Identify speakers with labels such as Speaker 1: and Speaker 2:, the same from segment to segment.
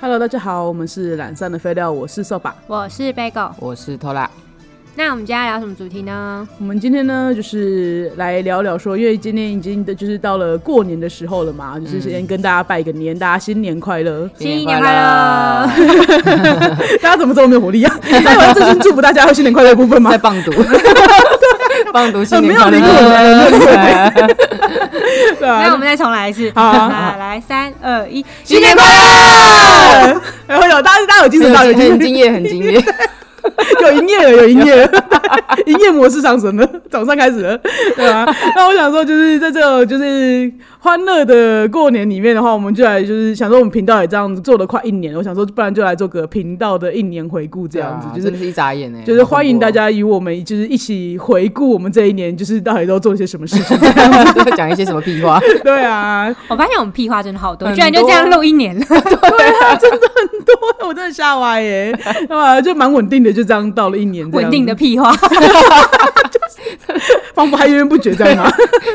Speaker 1: Hello，大家好，我们是懒散的废料，我是扫把。
Speaker 2: 我是 Bagel。
Speaker 3: 我是偷啦，
Speaker 2: 那我们今天要聊什么主题呢？
Speaker 1: 我们今天呢，就是来聊聊说，因为今天已经的就是到了过年的时候了嘛，就是先跟大家拜个年，大家新年快乐！
Speaker 2: 新年快乐
Speaker 3: 新年快乐！
Speaker 1: 大家怎么这么没有活力啊？那我要真心祝福大家有新年快乐的部分吗
Speaker 3: 在？ 棒读，棒读新
Speaker 1: 呃没
Speaker 3: 年
Speaker 1: 有
Speaker 3: 快
Speaker 1: 灵
Speaker 3: 乐。
Speaker 1: 魂， 对
Speaker 2: 那我
Speaker 1: 啊，
Speaker 2: 们再重来一次。
Speaker 1: 好啊
Speaker 2: 来来，三二一，
Speaker 3: 新年快乐！
Speaker 1: 啊 然后有大家大家有精神到，有精
Speaker 3: 很
Speaker 1: 神，
Speaker 3: 敬业，很敬业。
Speaker 1: 有营业了，有营业了， 营业模式上升了，早上开始了，对吧、那我想说，就是在这种就是欢乐的过年里面的话，我们就来就是想说，我们频道也这样子做了快一年，我想说，不然就来做个频道的一年回顾，这样子、
Speaker 3: 对啊
Speaker 1: 就是
Speaker 3: 真的。是一眨眼哎，
Speaker 1: 就是欢迎
Speaker 3: 好恐怖
Speaker 1: 大
Speaker 3: 哦。
Speaker 1: 家与我们就是一起回顾我们这一年，就是到底都做了些什么事 情。
Speaker 3: 都在讲一些什么屁话？
Speaker 1: 对啊，
Speaker 2: 我发现我们屁话真的好多，
Speaker 3: 很多
Speaker 2: 居然就这样录一 年了。
Speaker 1: 啊对，我真的吓歪耶、对吧？就蛮稳定的，就这样到了一年这样子，
Speaker 2: 稳定的屁话，
Speaker 1: 仿佛还源源不绝这样啊。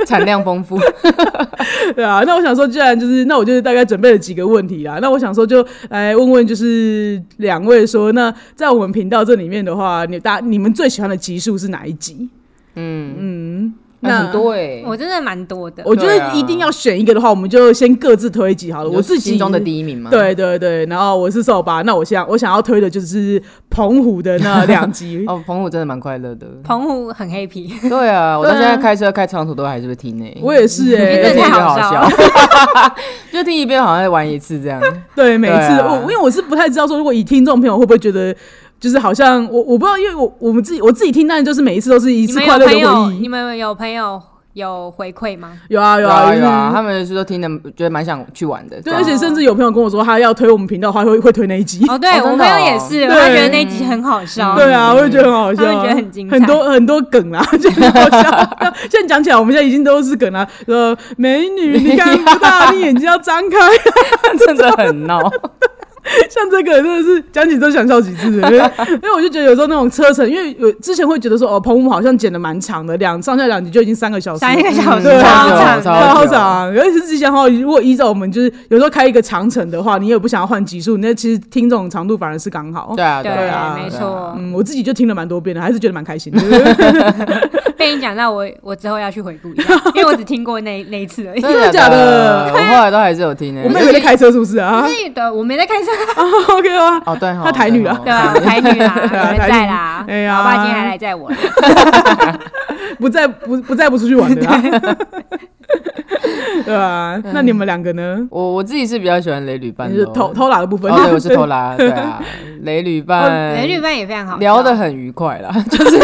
Speaker 3: 产量丰富，
Speaker 1: 对啊，那我想说，既然就是，那我就是大概准备了几个问题啦。那我想说，就来问问，就是两位说，那在我们频道这里面的话，你大你们最喜欢的集数是哪一集？
Speaker 3: 嗯，
Speaker 1: 嗯，那
Speaker 3: 那很多哎。
Speaker 2: 我真的蛮多的。
Speaker 1: 我觉
Speaker 3: 对
Speaker 1: 得
Speaker 3: 啊
Speaker 1: 一定要选一个的话，我们就先各自推一集好了。
Speaker 3: 你
Speaker 1: 我自
Speaker 3: 说
Speaker 1: 己
Speaker 3: 心中的第一名嘛，，。
Speaker 1: 对对对，然后我是瘦吧，那我想我想要推的就是澎湖的 那两集
Speaker 3: 哦，澎湖真的蛮快乐的。
Speaker 2: 澎湖很 happy，
Speaker 3: 对啊，我到
Speaker 1: 对
Speaker 3: 现
Speaker 1: 啊
Speaker 3: 在开车开长途都还是会听诶，
Speaker 1: 我也是哎、
Speaker 2: 你真的太
Speaker 3: 就听一遍
Speaker 2: 好
Speaker 3: 好
Speaker 2: 笑
Speaker 3: 笑，就听一遍好像在玩一次这样。
Speaker 1: 对，每一次、
Speaker 3: 对啊
Speaker 1: 我因为我是不太知道说，如果以听众朋友会不会觉得，就是好像我我不知道，因为我我们自己我自己听，但是就是每一次都是 一
Speaker 2: 你
Speaker 1: 次
Speaker 2: 们
Speaker 1: 快
Speaker 2: 有
Speaker 1: 乐
Speaker 2: 朋
Speaker 1: 的
Speaker 2: 友，
Speaker 1: 回
Speaker 2: 你
Speaker 1: 忆。
Speaker 2: 们有朋友有回馈 吗？
Speaker 1: 有啊有啊
Speaker 3: 啊
Speaker 1: 就
Speaker 3: 有啊，
Speaker 1: 是
Speaker 3: 他们是说听的，觉得蛮想去玩的。这
Speaker 1: 对，
Speaker 3: 样
Speaker 1: 而且甚至有朋友跟我说，他要推我们频道的话，会会推那一集。
Speaker 2: 哦，对
Speaker 3: 哦真的
Speaker 2: 我朋友也是，
Speaker 1: 哦
Speaker 2: 他
Speaker 1: 对
Speaker 2: 觉得那一集很好笑。
Speaker 1: 对啊，我就觉得很好笑
Speaker 2: 他
Speaker 1: 啊，
Speaker 2: 们觉得很精彩
Speaker 1: 很多很多梗啦， 就很好笑。现在讲起来，我们现在已经都是梗啦。呃，美女，你看不到，你眼睛要张开。
Speaker 3: 真的很闹，
Speaker 1: 像这个真的是讲几次都想笑几 次，因为因为我就觉得有时候那种车程，因为有之前会觉得说哦，澎湖好像剪的蛮长的，两上下两集就已经三个小时，
Speaker 2: 三个小时
Speaker 1: 对
Speaker 2: 超
Speaker 1: 啊
Speaker 2: 长
Speaker 3: 嗯
Speaker 2: 的，
Speaker 3: 久
Speaker 1: 超长。尤其是之前哈，如果依照我们就是有时候开一个长程的话，你也不想要换集数，那其实听这种长度反而是刚好
Speaker 3: 对。啊，
Speaker 1: 对啊
Speaker 2: 没错。
Speaker 1: 嗯，我自己就听了蛮多遍的，还是觉得蛮开心的。啊
Speaker 2: 被你讲到我，我之后要去回顾一下，因为我只听过那那一次而已。
Speaker 3: 真
Speaker 1: 的假的
Speaker 3: 我后来都还是有听欸的。
Speaker 1: 我妹妹在开车是不是 啊
Speaker 2: 不是的，我没在看车，
Speaker 1: ？OK 啊，
Speaker 3: 哦，对齁，
Speaker 1: 她台女啊
Speaker 2: 对啊，台女啦，有人在啦，
Speaker 1: 台女哎呀
Speaker 2: 老爸今天还来载我啦，
Speaker 1: 不在不不在不出去玩的啦，对啊，那你们两个呢？
Speaker 3: 我我自己是比较喜欢雷旅伴
Speaker 1: 你
Speaker 3: 的
Speaker 1: 是
Speaker 3: 哦，
Speaker 1: 偷偷懒的哦部分
Speaker 3: 哦，，对，我是偷拉，对啊，雷旅伴，
Speaker 2: 雷律班也非常好笑，
Speaker 3: 啊聊得很愉快啦， 就是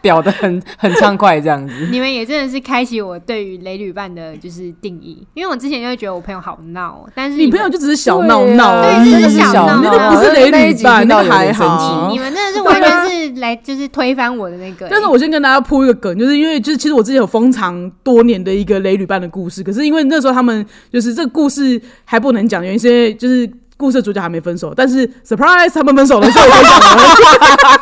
Speaker 3: 表的很很畅快这样子。
Speaker 2: 你们也真的是开启我对于雷旅伴的就是定义，因为我之前就会觉得我朋友好闹，哦但 是
Speaker 1: 你朋友就只是小闹闹而已，
Speaker 2: 对啊对只是小闹闹
Speaker 1: 那个不是雷旅伴，那个还
Speaker 3: 哦
Speaker 1: 好
Speaker 2: 你。们真的是完全是来就是推翻我的那 个、
Speaker 1: 但是
Speaker 2: 欸
Speaker 1: 我先跟大家铺一个梗，就是因为就是其实我之前有封藏多年的一个雷旅伴的故事，可是因为那时候他们就是这个故事还不能讲，原因是因为就是故事的主角还没分手，但是 surprise 他们分手了，所以我就讲了，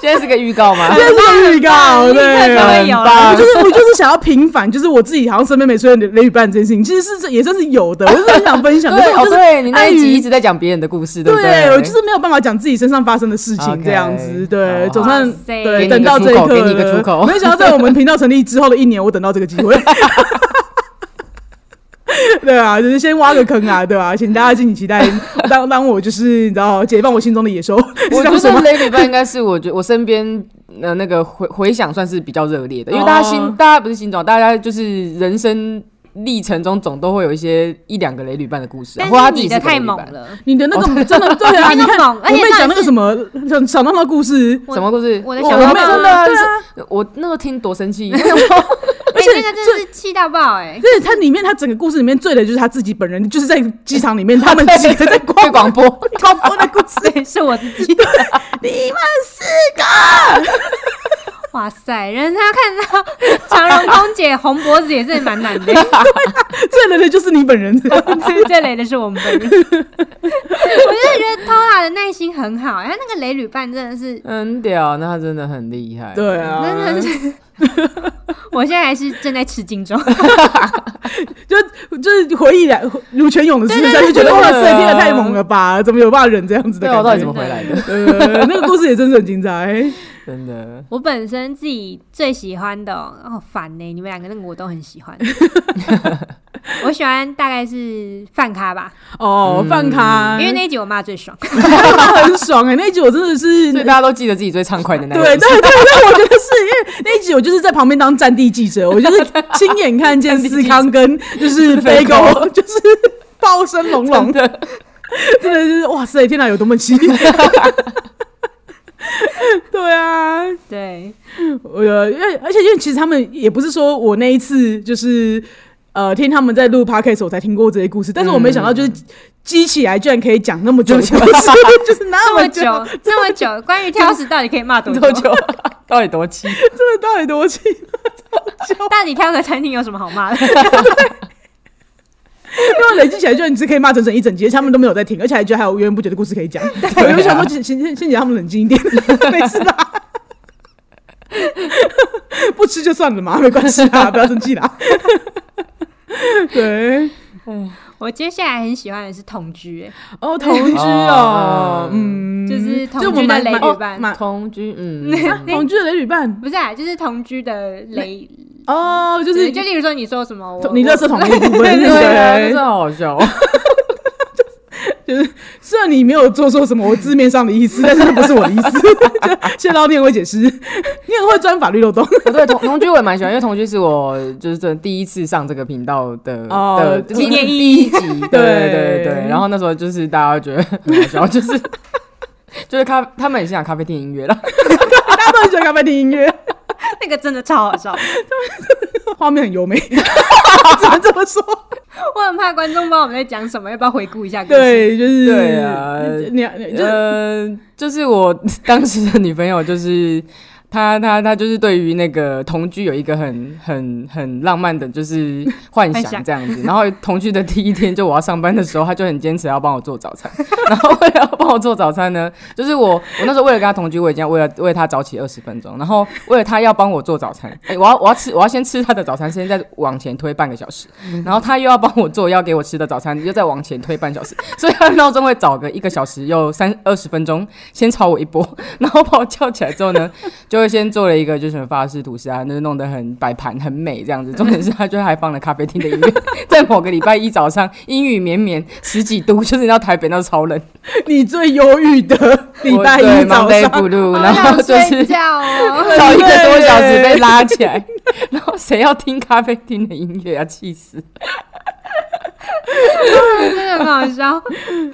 Speaker 3: 现在是个预告吗？
Speaker 1: 这是个预 告，对，啊
Speaker 2: 立刻就会有
Speaker 3: 很
Speaker 2: 了。
Speaker 1: 我
Speaker 3: 棒
Speaker 1: 就，是我就是想要平反，就是我自己好像身边没出现的雷雨伴这件事情，其实是这也算是有的，我是很想分享，可
Speaker 3: 对
Speaker 1: 是我
Speaker 3: 哦，
Speaker 1: 就是
Speaker 3: 对你那一
Speaker 1: 碍于
Speaker 3: 集一直在讲别人的故事，不
Speaker 1: 对
Speaker 3: 对？
Speaker 1: 我就是没有办法讲自己身上发生的事情
Speaker 3: OK，
Speaker 1: 这样子，
Speaker 3: 好
Speaker 1: 对，
Speaker 3: 好啊
Speaker 1: 总算
Speaker 2: 哇塞给
Speaker 1: 对
Speaker 2: 你
Speaker 1: 等到这一刻
Speaker 3: 给你一个出口
Speaker 1: 了
Speaker 3: 给你一个出口
Speaker 1: 没想到在我们频道成立之后的一年，我等到这个机会。 对啊，就是先挖个坑啊，对吧、请大家敬请期待，当当我就是你知道解放我心中的野 兽，
Speaker 3: 我
Speaker 1: 是这样
Speaker 3: 觉
Speaker 1: 说
Speaker 3: 得
Speaker 1: 吗？
Speaker 3: 雷旅伴应该是我觉我身边呃那个回回想算是比较热烈的，因为大家心、
Speaker 1: 哦
Speaker 3: 大家不是心中，大家就是人生历程中总都会有一些一两个雷旅伴的故事、啊，
Speaker 2: 但
Speaker 3: 或他
Speaker 2: 是
Speaker 3: 自
Speaker 2: 你
Speaker 3: 己
Speaker 2: 的
Speaker 3: 是个雷
Speaker 2: 太
Speaker 3: 旅
Speaker 2: 猛
Speaker 3: 伴。
Speaker 2: 了，
Speaker 1: 你的那
Speaker 3: 哦
Speaker 1: 个真的对 啊，
Speaker 2: 你
Speaker 1: 你
Speaker 2: 那
Speaker 1: 看
Speaker 2: 猛，
Speaker 1: 我
Speaker 3: 哎
Speaker 2: 而且
Speaker 1: 妹讲那个什
Speaker 2: 么，
Speaker 1: 么小小闹闹故事，
Speaker 2: 我
Speaker 3: 什么故事？
Speaker 2: 我的
Speaker 1: 小
Speaker 3: 我
Speaker 1: 闹
Speaker 3: 妹
Speaker 1: 闹
Speaker 3: 真的、啊
Speaker 1: 对
Speaker 3: 是我那时候听多生气，
Speaker 2: 而哎且那个真的是气到爆哎、欸
Speaker 1: 而且他里面他整个故事里面醉的就是他自己本人，就是在机场里 面他们几个在
Speaker 3: 会广播，
Speaker 1: 广 播的故事，
Speaker 2: 对，是我自己。
Speaker 1: 你们
Speaker 2: 我哇塞，人家看到长荣空姐红脖子也是蛮难的，
Speaker 1: 这人的就是你本人。
Speaker 2: 最雷的是我们本人。我真的觉得 Tola 的耐心很好，哎，那个雷旅伴真的是，
Speaker 3: 嗯，屌，那他真的很厉害。
Speaker 1: 对啊，
Speaker 2: 真的是， 我现在还是正在吃惊中。
Speaker 1: 就就是回忆来鲁泉勇的事，他就觉得哇塞，天啊，太猛了吧？怎么有办法忍这样子的
Speaker 3: 对啊，我
Speaker 1: 感
Speaker 3: 到底
Speaker 1: 觉
Speaker 3: 怎？么回来的？
Speaker 1: 呃，那个故事也真的很精彩。
Speaker 3: 真的，
Speaker 2: 我本身自己最喜欢的哦，哦烦呢、你们两个那个我都很喜欢。我喜欢大概是饭咖吧，
Speaker 1: 哦，饭咖，
Speaker 2: 因为那一集我骂最爽。
Speaker 1: 很爽哎、那一集我真的是
Speaker 3: 所以大家都记得自己最畅快的那
Speaker 1: 对
Speaker 3: 个。
Speaker 1: 对对对，我觉得是因为那一集我就是在旁边当战地记者，我就是亲眼看见思康跟就是飞狗就是炮声隆隆，
Speaker 3: 真
Speaker 1: 真的是哇塞，天哪，啊有多么气！ 对啊，
Speaker 2: 对，
Speaker 1: 我呃，因为而且因为其实他们也不是说我那一次就是呃听他们在录 podcast 我才听过这些故事，但是我没想到就是激起来居然可以讲那嗯么久的故事， 就是那
Speaker 2: 这么
Speaker 1: 么久，
Speaker 2: 久，这么久，关于挑食到底可以骂多
Speaker 3: 多久？啊到底多气？
Speaker 1: 真的到底多气？
Speaker 2: 到底挑个餐厅有什么好骂的？
Speaker 1: 因为累积起来，就你只可以骂整整一整节，他们都没有在听，而且还觉得还有源源不绝的故事可以讲。 我就想说，先先先先让他们冷静一点，没事啦。 不吃就算了嘛，没关系啦，不要生气啦。 对，
Speaker 2: 我接下来很喜欢的是同居、欸
Speaker 1: 哦，同居哦
Speaker 3: 哦，
Speaker 1: 嗯，
Speaker 2: 就是同
Speaker 1: 就我
Speaker 2: 居
Speaker 1: 们
Speaker 2: 的
Speaker 1: 蛮
Speaker 2: 雷
Speaker 1: 蛮
Speaker 2: 旅伴，
Speaker 1: 蛮
Speaker 3: 同居，嗯，
Speaker 1: 同居的雷旅伴
Speaker 2: 不是啊，就是同居的雷，
Speaker 1: 哦，就
Speaker 2: 就是是就例如说你说什么，我
Speaker 1: 你垃
Speaker 2: 我
Speaker 1: 圾桶的一部分，
Speaker 3: 对啊，真
Speaker 1: 对
Speaker 3: 的好笑。
Speaker 1: 虽然你没有做错什么我字面上的意思，但是那不是我的意思。 就谢老你很会解释，你很会钻法律漏洞。
Speaker 3: 哦 对，同同居我也蛮喜欢，因为同居是我就是真的第一次上这个频道的
Speaker 1: 哦
Speaker 3: 的就是
Speaker 2: 纪念
Speaker 3: 第
Speaker 2: 意
Speaker 3: 一集，对对对对。然后那时候就是大家觉得很好笑，就是。 就是咖，他们也是讲咖啡厅音乐啦，
Speaker 1: 大家都很喜欢咖啡厅音乐，
Speaker 2: 那个真的超 好笑，
Speaker 1: 画面很优美， 只能这么说。
Speaker 2: 我很怕观众不知道我们在讲什么，要不要回顾一下？，
Speaker 1: 对，就是
Speaker 3: 对啊
Speaker 1: 你你就、
Speaker 3: 呃，就是我当时的女朋友，就是她，她，她就是对于那个同居有一个很、很、很浪漫的，就是幻
Speaker 2: 幻
Speaker 3: 想
Speaker 2: 想
Speaker 3: 这样子。然后同居的第一天，就我要上班的时候，她就很坚持要帮我做早餐。 然后为了要帮我做早餐呢，就是我，我那时候为了跟她同居，我已经要为了为她早起二十分钟。然后为了她要帮我做早餐，哎、我要我要吃，我要先吃她的早餐，先再往前推半个小时。然后她又要帮我做要给我吃的早餐，又再往前推半小时。所以他的闹钟会早个一个小时又三二十分钟，先吵我一波， 然后把我叫起来之后呢，就会先做了一个就是什么法式吐司啊，就是弄得很摆盘很美这样子。重点是他就还放了咖啡厅的音乐， 在某个礼拜一早上阴雨绵绵十几度，就是你到台北那超冷，
Speaker 1: 你最忧郁的礼拜一早
Speaker 3: Monday
Speaker 1: 上，哦
Speaker 3: Blue，
Speaker 2: 好
Speaker 3: 然后
Speaker 2: 想
Speaker 3: 就
Speaker 2: 哦睡
Speaker 3: 是。
Speaker 2: 觉哦。
Speaker 3: 早一个多小时被拉 起来，然后谁要听咖啡厅的音乐啊？气死！
Speaker 2: 真的很好 笑。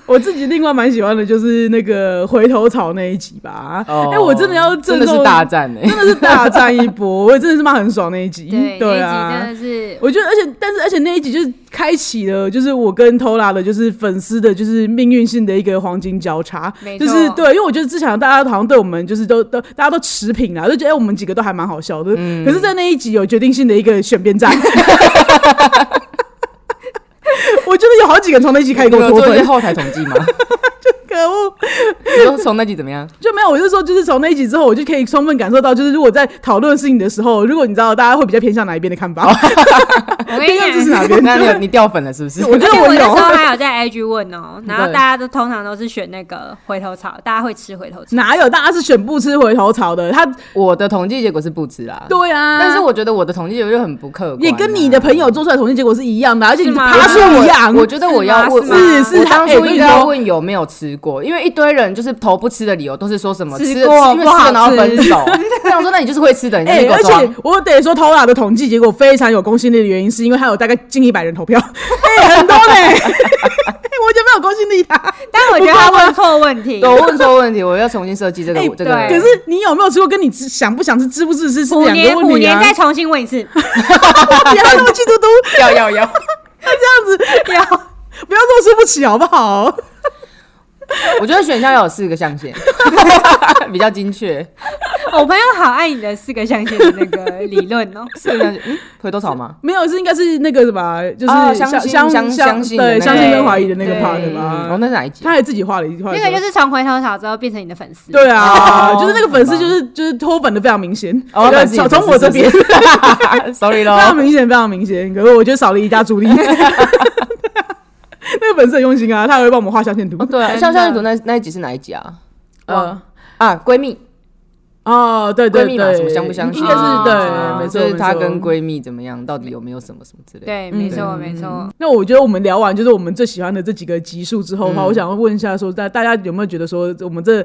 Speaker 1: 我自己另外蛮喜欢的就是那个回头草那一集吧。哎、
Speaker 3: 哦
Speaker 1: 我真的要
Speaker 3: 真
Speaker 1: 郑
Speaker 3: 的
Speaker 1: 重
Speaker 3: 是大战哎、
Speaker 1: 真的是大战一 波，我真的是骂很爽那一集。
Speaker 2: 对，
Speaker 1: 啊
Speaker 2: 那一集真的是
Speaker 1: 我觉得，而且但是而且那一集就是开启了，就是我跟 Tola 的，就是粉丝的，就是命运性的一个黄金交叉
Speaker 2: 没，
Speaker 1: 就
Speaker 2: 错
Speaker 1: 是对，因为我觉得之前大家好像对我们就是都都大家都持平啦，就觉得、哎我们几个都还蛮好笑的，
Speaker 3: 嗯
Speaker 1: 可是，在那一集有决定性的一个选边站。 我觉得有好几个人从那一集开始
Speaker 3: 你
Speaker 1: 跟
Speaker 3: 有
Speaker 1: 我脱
Speaker 3: 做一些
Speaker 1: 粉，
Speaker 3: 后台统 计吗？
Speaker 1: 可恶！
Speaker 3: 你说从那集怎么样？
Speaker 1: 就没有，我就说，就是从那一集之后，我就可以充分感受到，就是如果在讨论事情的时候，如果你知道大家会比较偏向哪一边的看法，
Speaker 2: 我跟
Speaker 1: 偏
Speaker 2: 你
Speaker 1: 向支持哪
Speaker 2: 讲。
Speaker 1: 边，
Speaker 3: 那你有你掉粉了是不是？
Speaker 1: 我觉
Speaker 2: 而
Speaker 1: 得
Speaker 2: 且
Speaker 1: 我
Speaker 2: 我那
Speaker 1: 有
Speaker 2: 时。候还有在 IG 问哦、然后
Speaker 3: 对
Speaker 2: 大家都通常都是选那个回头草，大家会吃回头草。
Speaker 1: 哪有？大家是选不吃回头草的，他
Speaker 3: 我的统计结果是不吃啦，
Speaker 1: 对啊，
Speaker 3: 但是我觉得我的统计结果就很不客观啊，
Speaker 1: 也跟你的朋友做出来的统计结果是一样的，而且你
Speaker 2: 是吗
Speaker 1: 趴数一样。
Speaker 3: 我觉得我要问，
Speaker 2: 是吗是
Speaker 1: 吗是
Speaker 3: 我
Speaker 1: 他
Speaker 3: 当
Speaker 1: 哎
Speaker 3: 初
Speaker 1: 我跟
Speaker 3: 应
Speaker 1: 你
Speaker 3: 该要
Speaker 1: 说
Speaker 3: 问有没有吃过，因为一堆人就是投不吃的理由都是说什么
Speaker 2: 吃
Speaker 3: 吃
Speaker 2: 过
Speaker 3: 因为
Speaker 2: 不好
Speaker 3: 吃了然后
Speaker 2: 吃
Speaker 3: 分手。 我想说，那你就是会吃的，你就
Speaker 1: 哎、
Speaker 3: 是狗
Speaker 1: 而
Speaker 3: 抓。
Speaker 1: 且我得说 Tola 的统计结果非常有公信力的原因，是因为他有大概近一百人投票，哎、很多嘞、 我觉得没有公信力啊他。
Speaker 2: 但我觉得他问错问题
Speaker 3: 对，，我问错问题， 我要重新设计这个
Speaker 1: 哎
Speaker 3: 这个。
Speaker 1: 可是你有没有吃过，跟你吃想不想吃、支不支持是
Speaker 2: 五
Speaker 1: 两
Speaker 2: 年
Speaker 1: 个
Speaker 2: 五
Speaker 1: 问题
Speaker 2: 年
Speaker 1: 啊！
Speaker 2: 再重新问一次，
Speaker 1: 不要那么气嘟嘟，
Speaker 3: 要要要，
Speaker 1: 这样子不要不要这么吃不起好不好？
Speaker 3: 我觉得选项要有四个象限，比较精确。
Speaker 2: 我朋友好爱你的四个象限的那个理论 哦，
Speaker 3: 是这样子，嗯，回头草吗？
Speaker 1: 没有，是应该是那个什么，就是
Speaker 3: 哦
Speaker 1: 相
Speaker 3: 相信
Speaker 1: 相
Speaker 3: 相
Speaker 1: 相
Speaker 3: 相信的那
Speaker 1: 对
Speaker 3: 个
Speaker 1: 相信跟怀疑的那个
Speaker 2: 对
Speaker 1: part
Speaker 3: 嗯哦，
Speaker 1: 吧。
Speaker 3: 那是哪 一集？
Speaker 1: 他也自己画了一画了
Speaker 2: 那
Speaker 1: 一个，
Speaker 2: 个就是从回头草之后变成你的粉丝。
Speaker 1: 对啊，
Speaker 3: 哦
Speaker 1: 就是那个粉丝就是就是脱粉的非常明显，
Speaker 3: 哦
Speaker 1: 对
Speaker 3: 粉丝
Speaker 1: 从
Speaker 3: 也粉
Speaker 1: 从
Speaker 3: 丝
Speaker 1: 我这边 非
Speaker 3: ，sorry 咯。
Speaker 1: 常明显，非常明显。可是我觉得少了一大助 力。那个粉丝很用心啊，他还会帮我们画象限图
Speaker 3: 哦，。对啊，
Speaker 2: 真
Speaker 3: 像
Speaker 2: 的
Speaker 3: 像阅读那那一集是哪一集啊？
Speaker 1: 呃，
Speaker 3: 啊，闺蜜，
Speaker 1: 哦，对对
Speaker 3: 闺蜜嘛，
Speaker 1: 对，
Speaker 3: 什么相不相信？
Speaker 1: 应该是
Speaker 3: 啊
Speaker 1: 对，没错，
Speaker 3: 就是她
Speaker 1: 没错
Speaker 3: 跟闺蜜怎么样，到底有没有什么什么之类的。
Speaker 2: 对，没错
Speaker 1: 嗯
Speaker 2: 没错。
Speaker 1: 那我觉得我们聊完就是我们最喜欢的这几个集数之后的话，
Speaker 3: 嗯
Speaker 1: 我想要问一下说，大大家有没有觉得说，我们这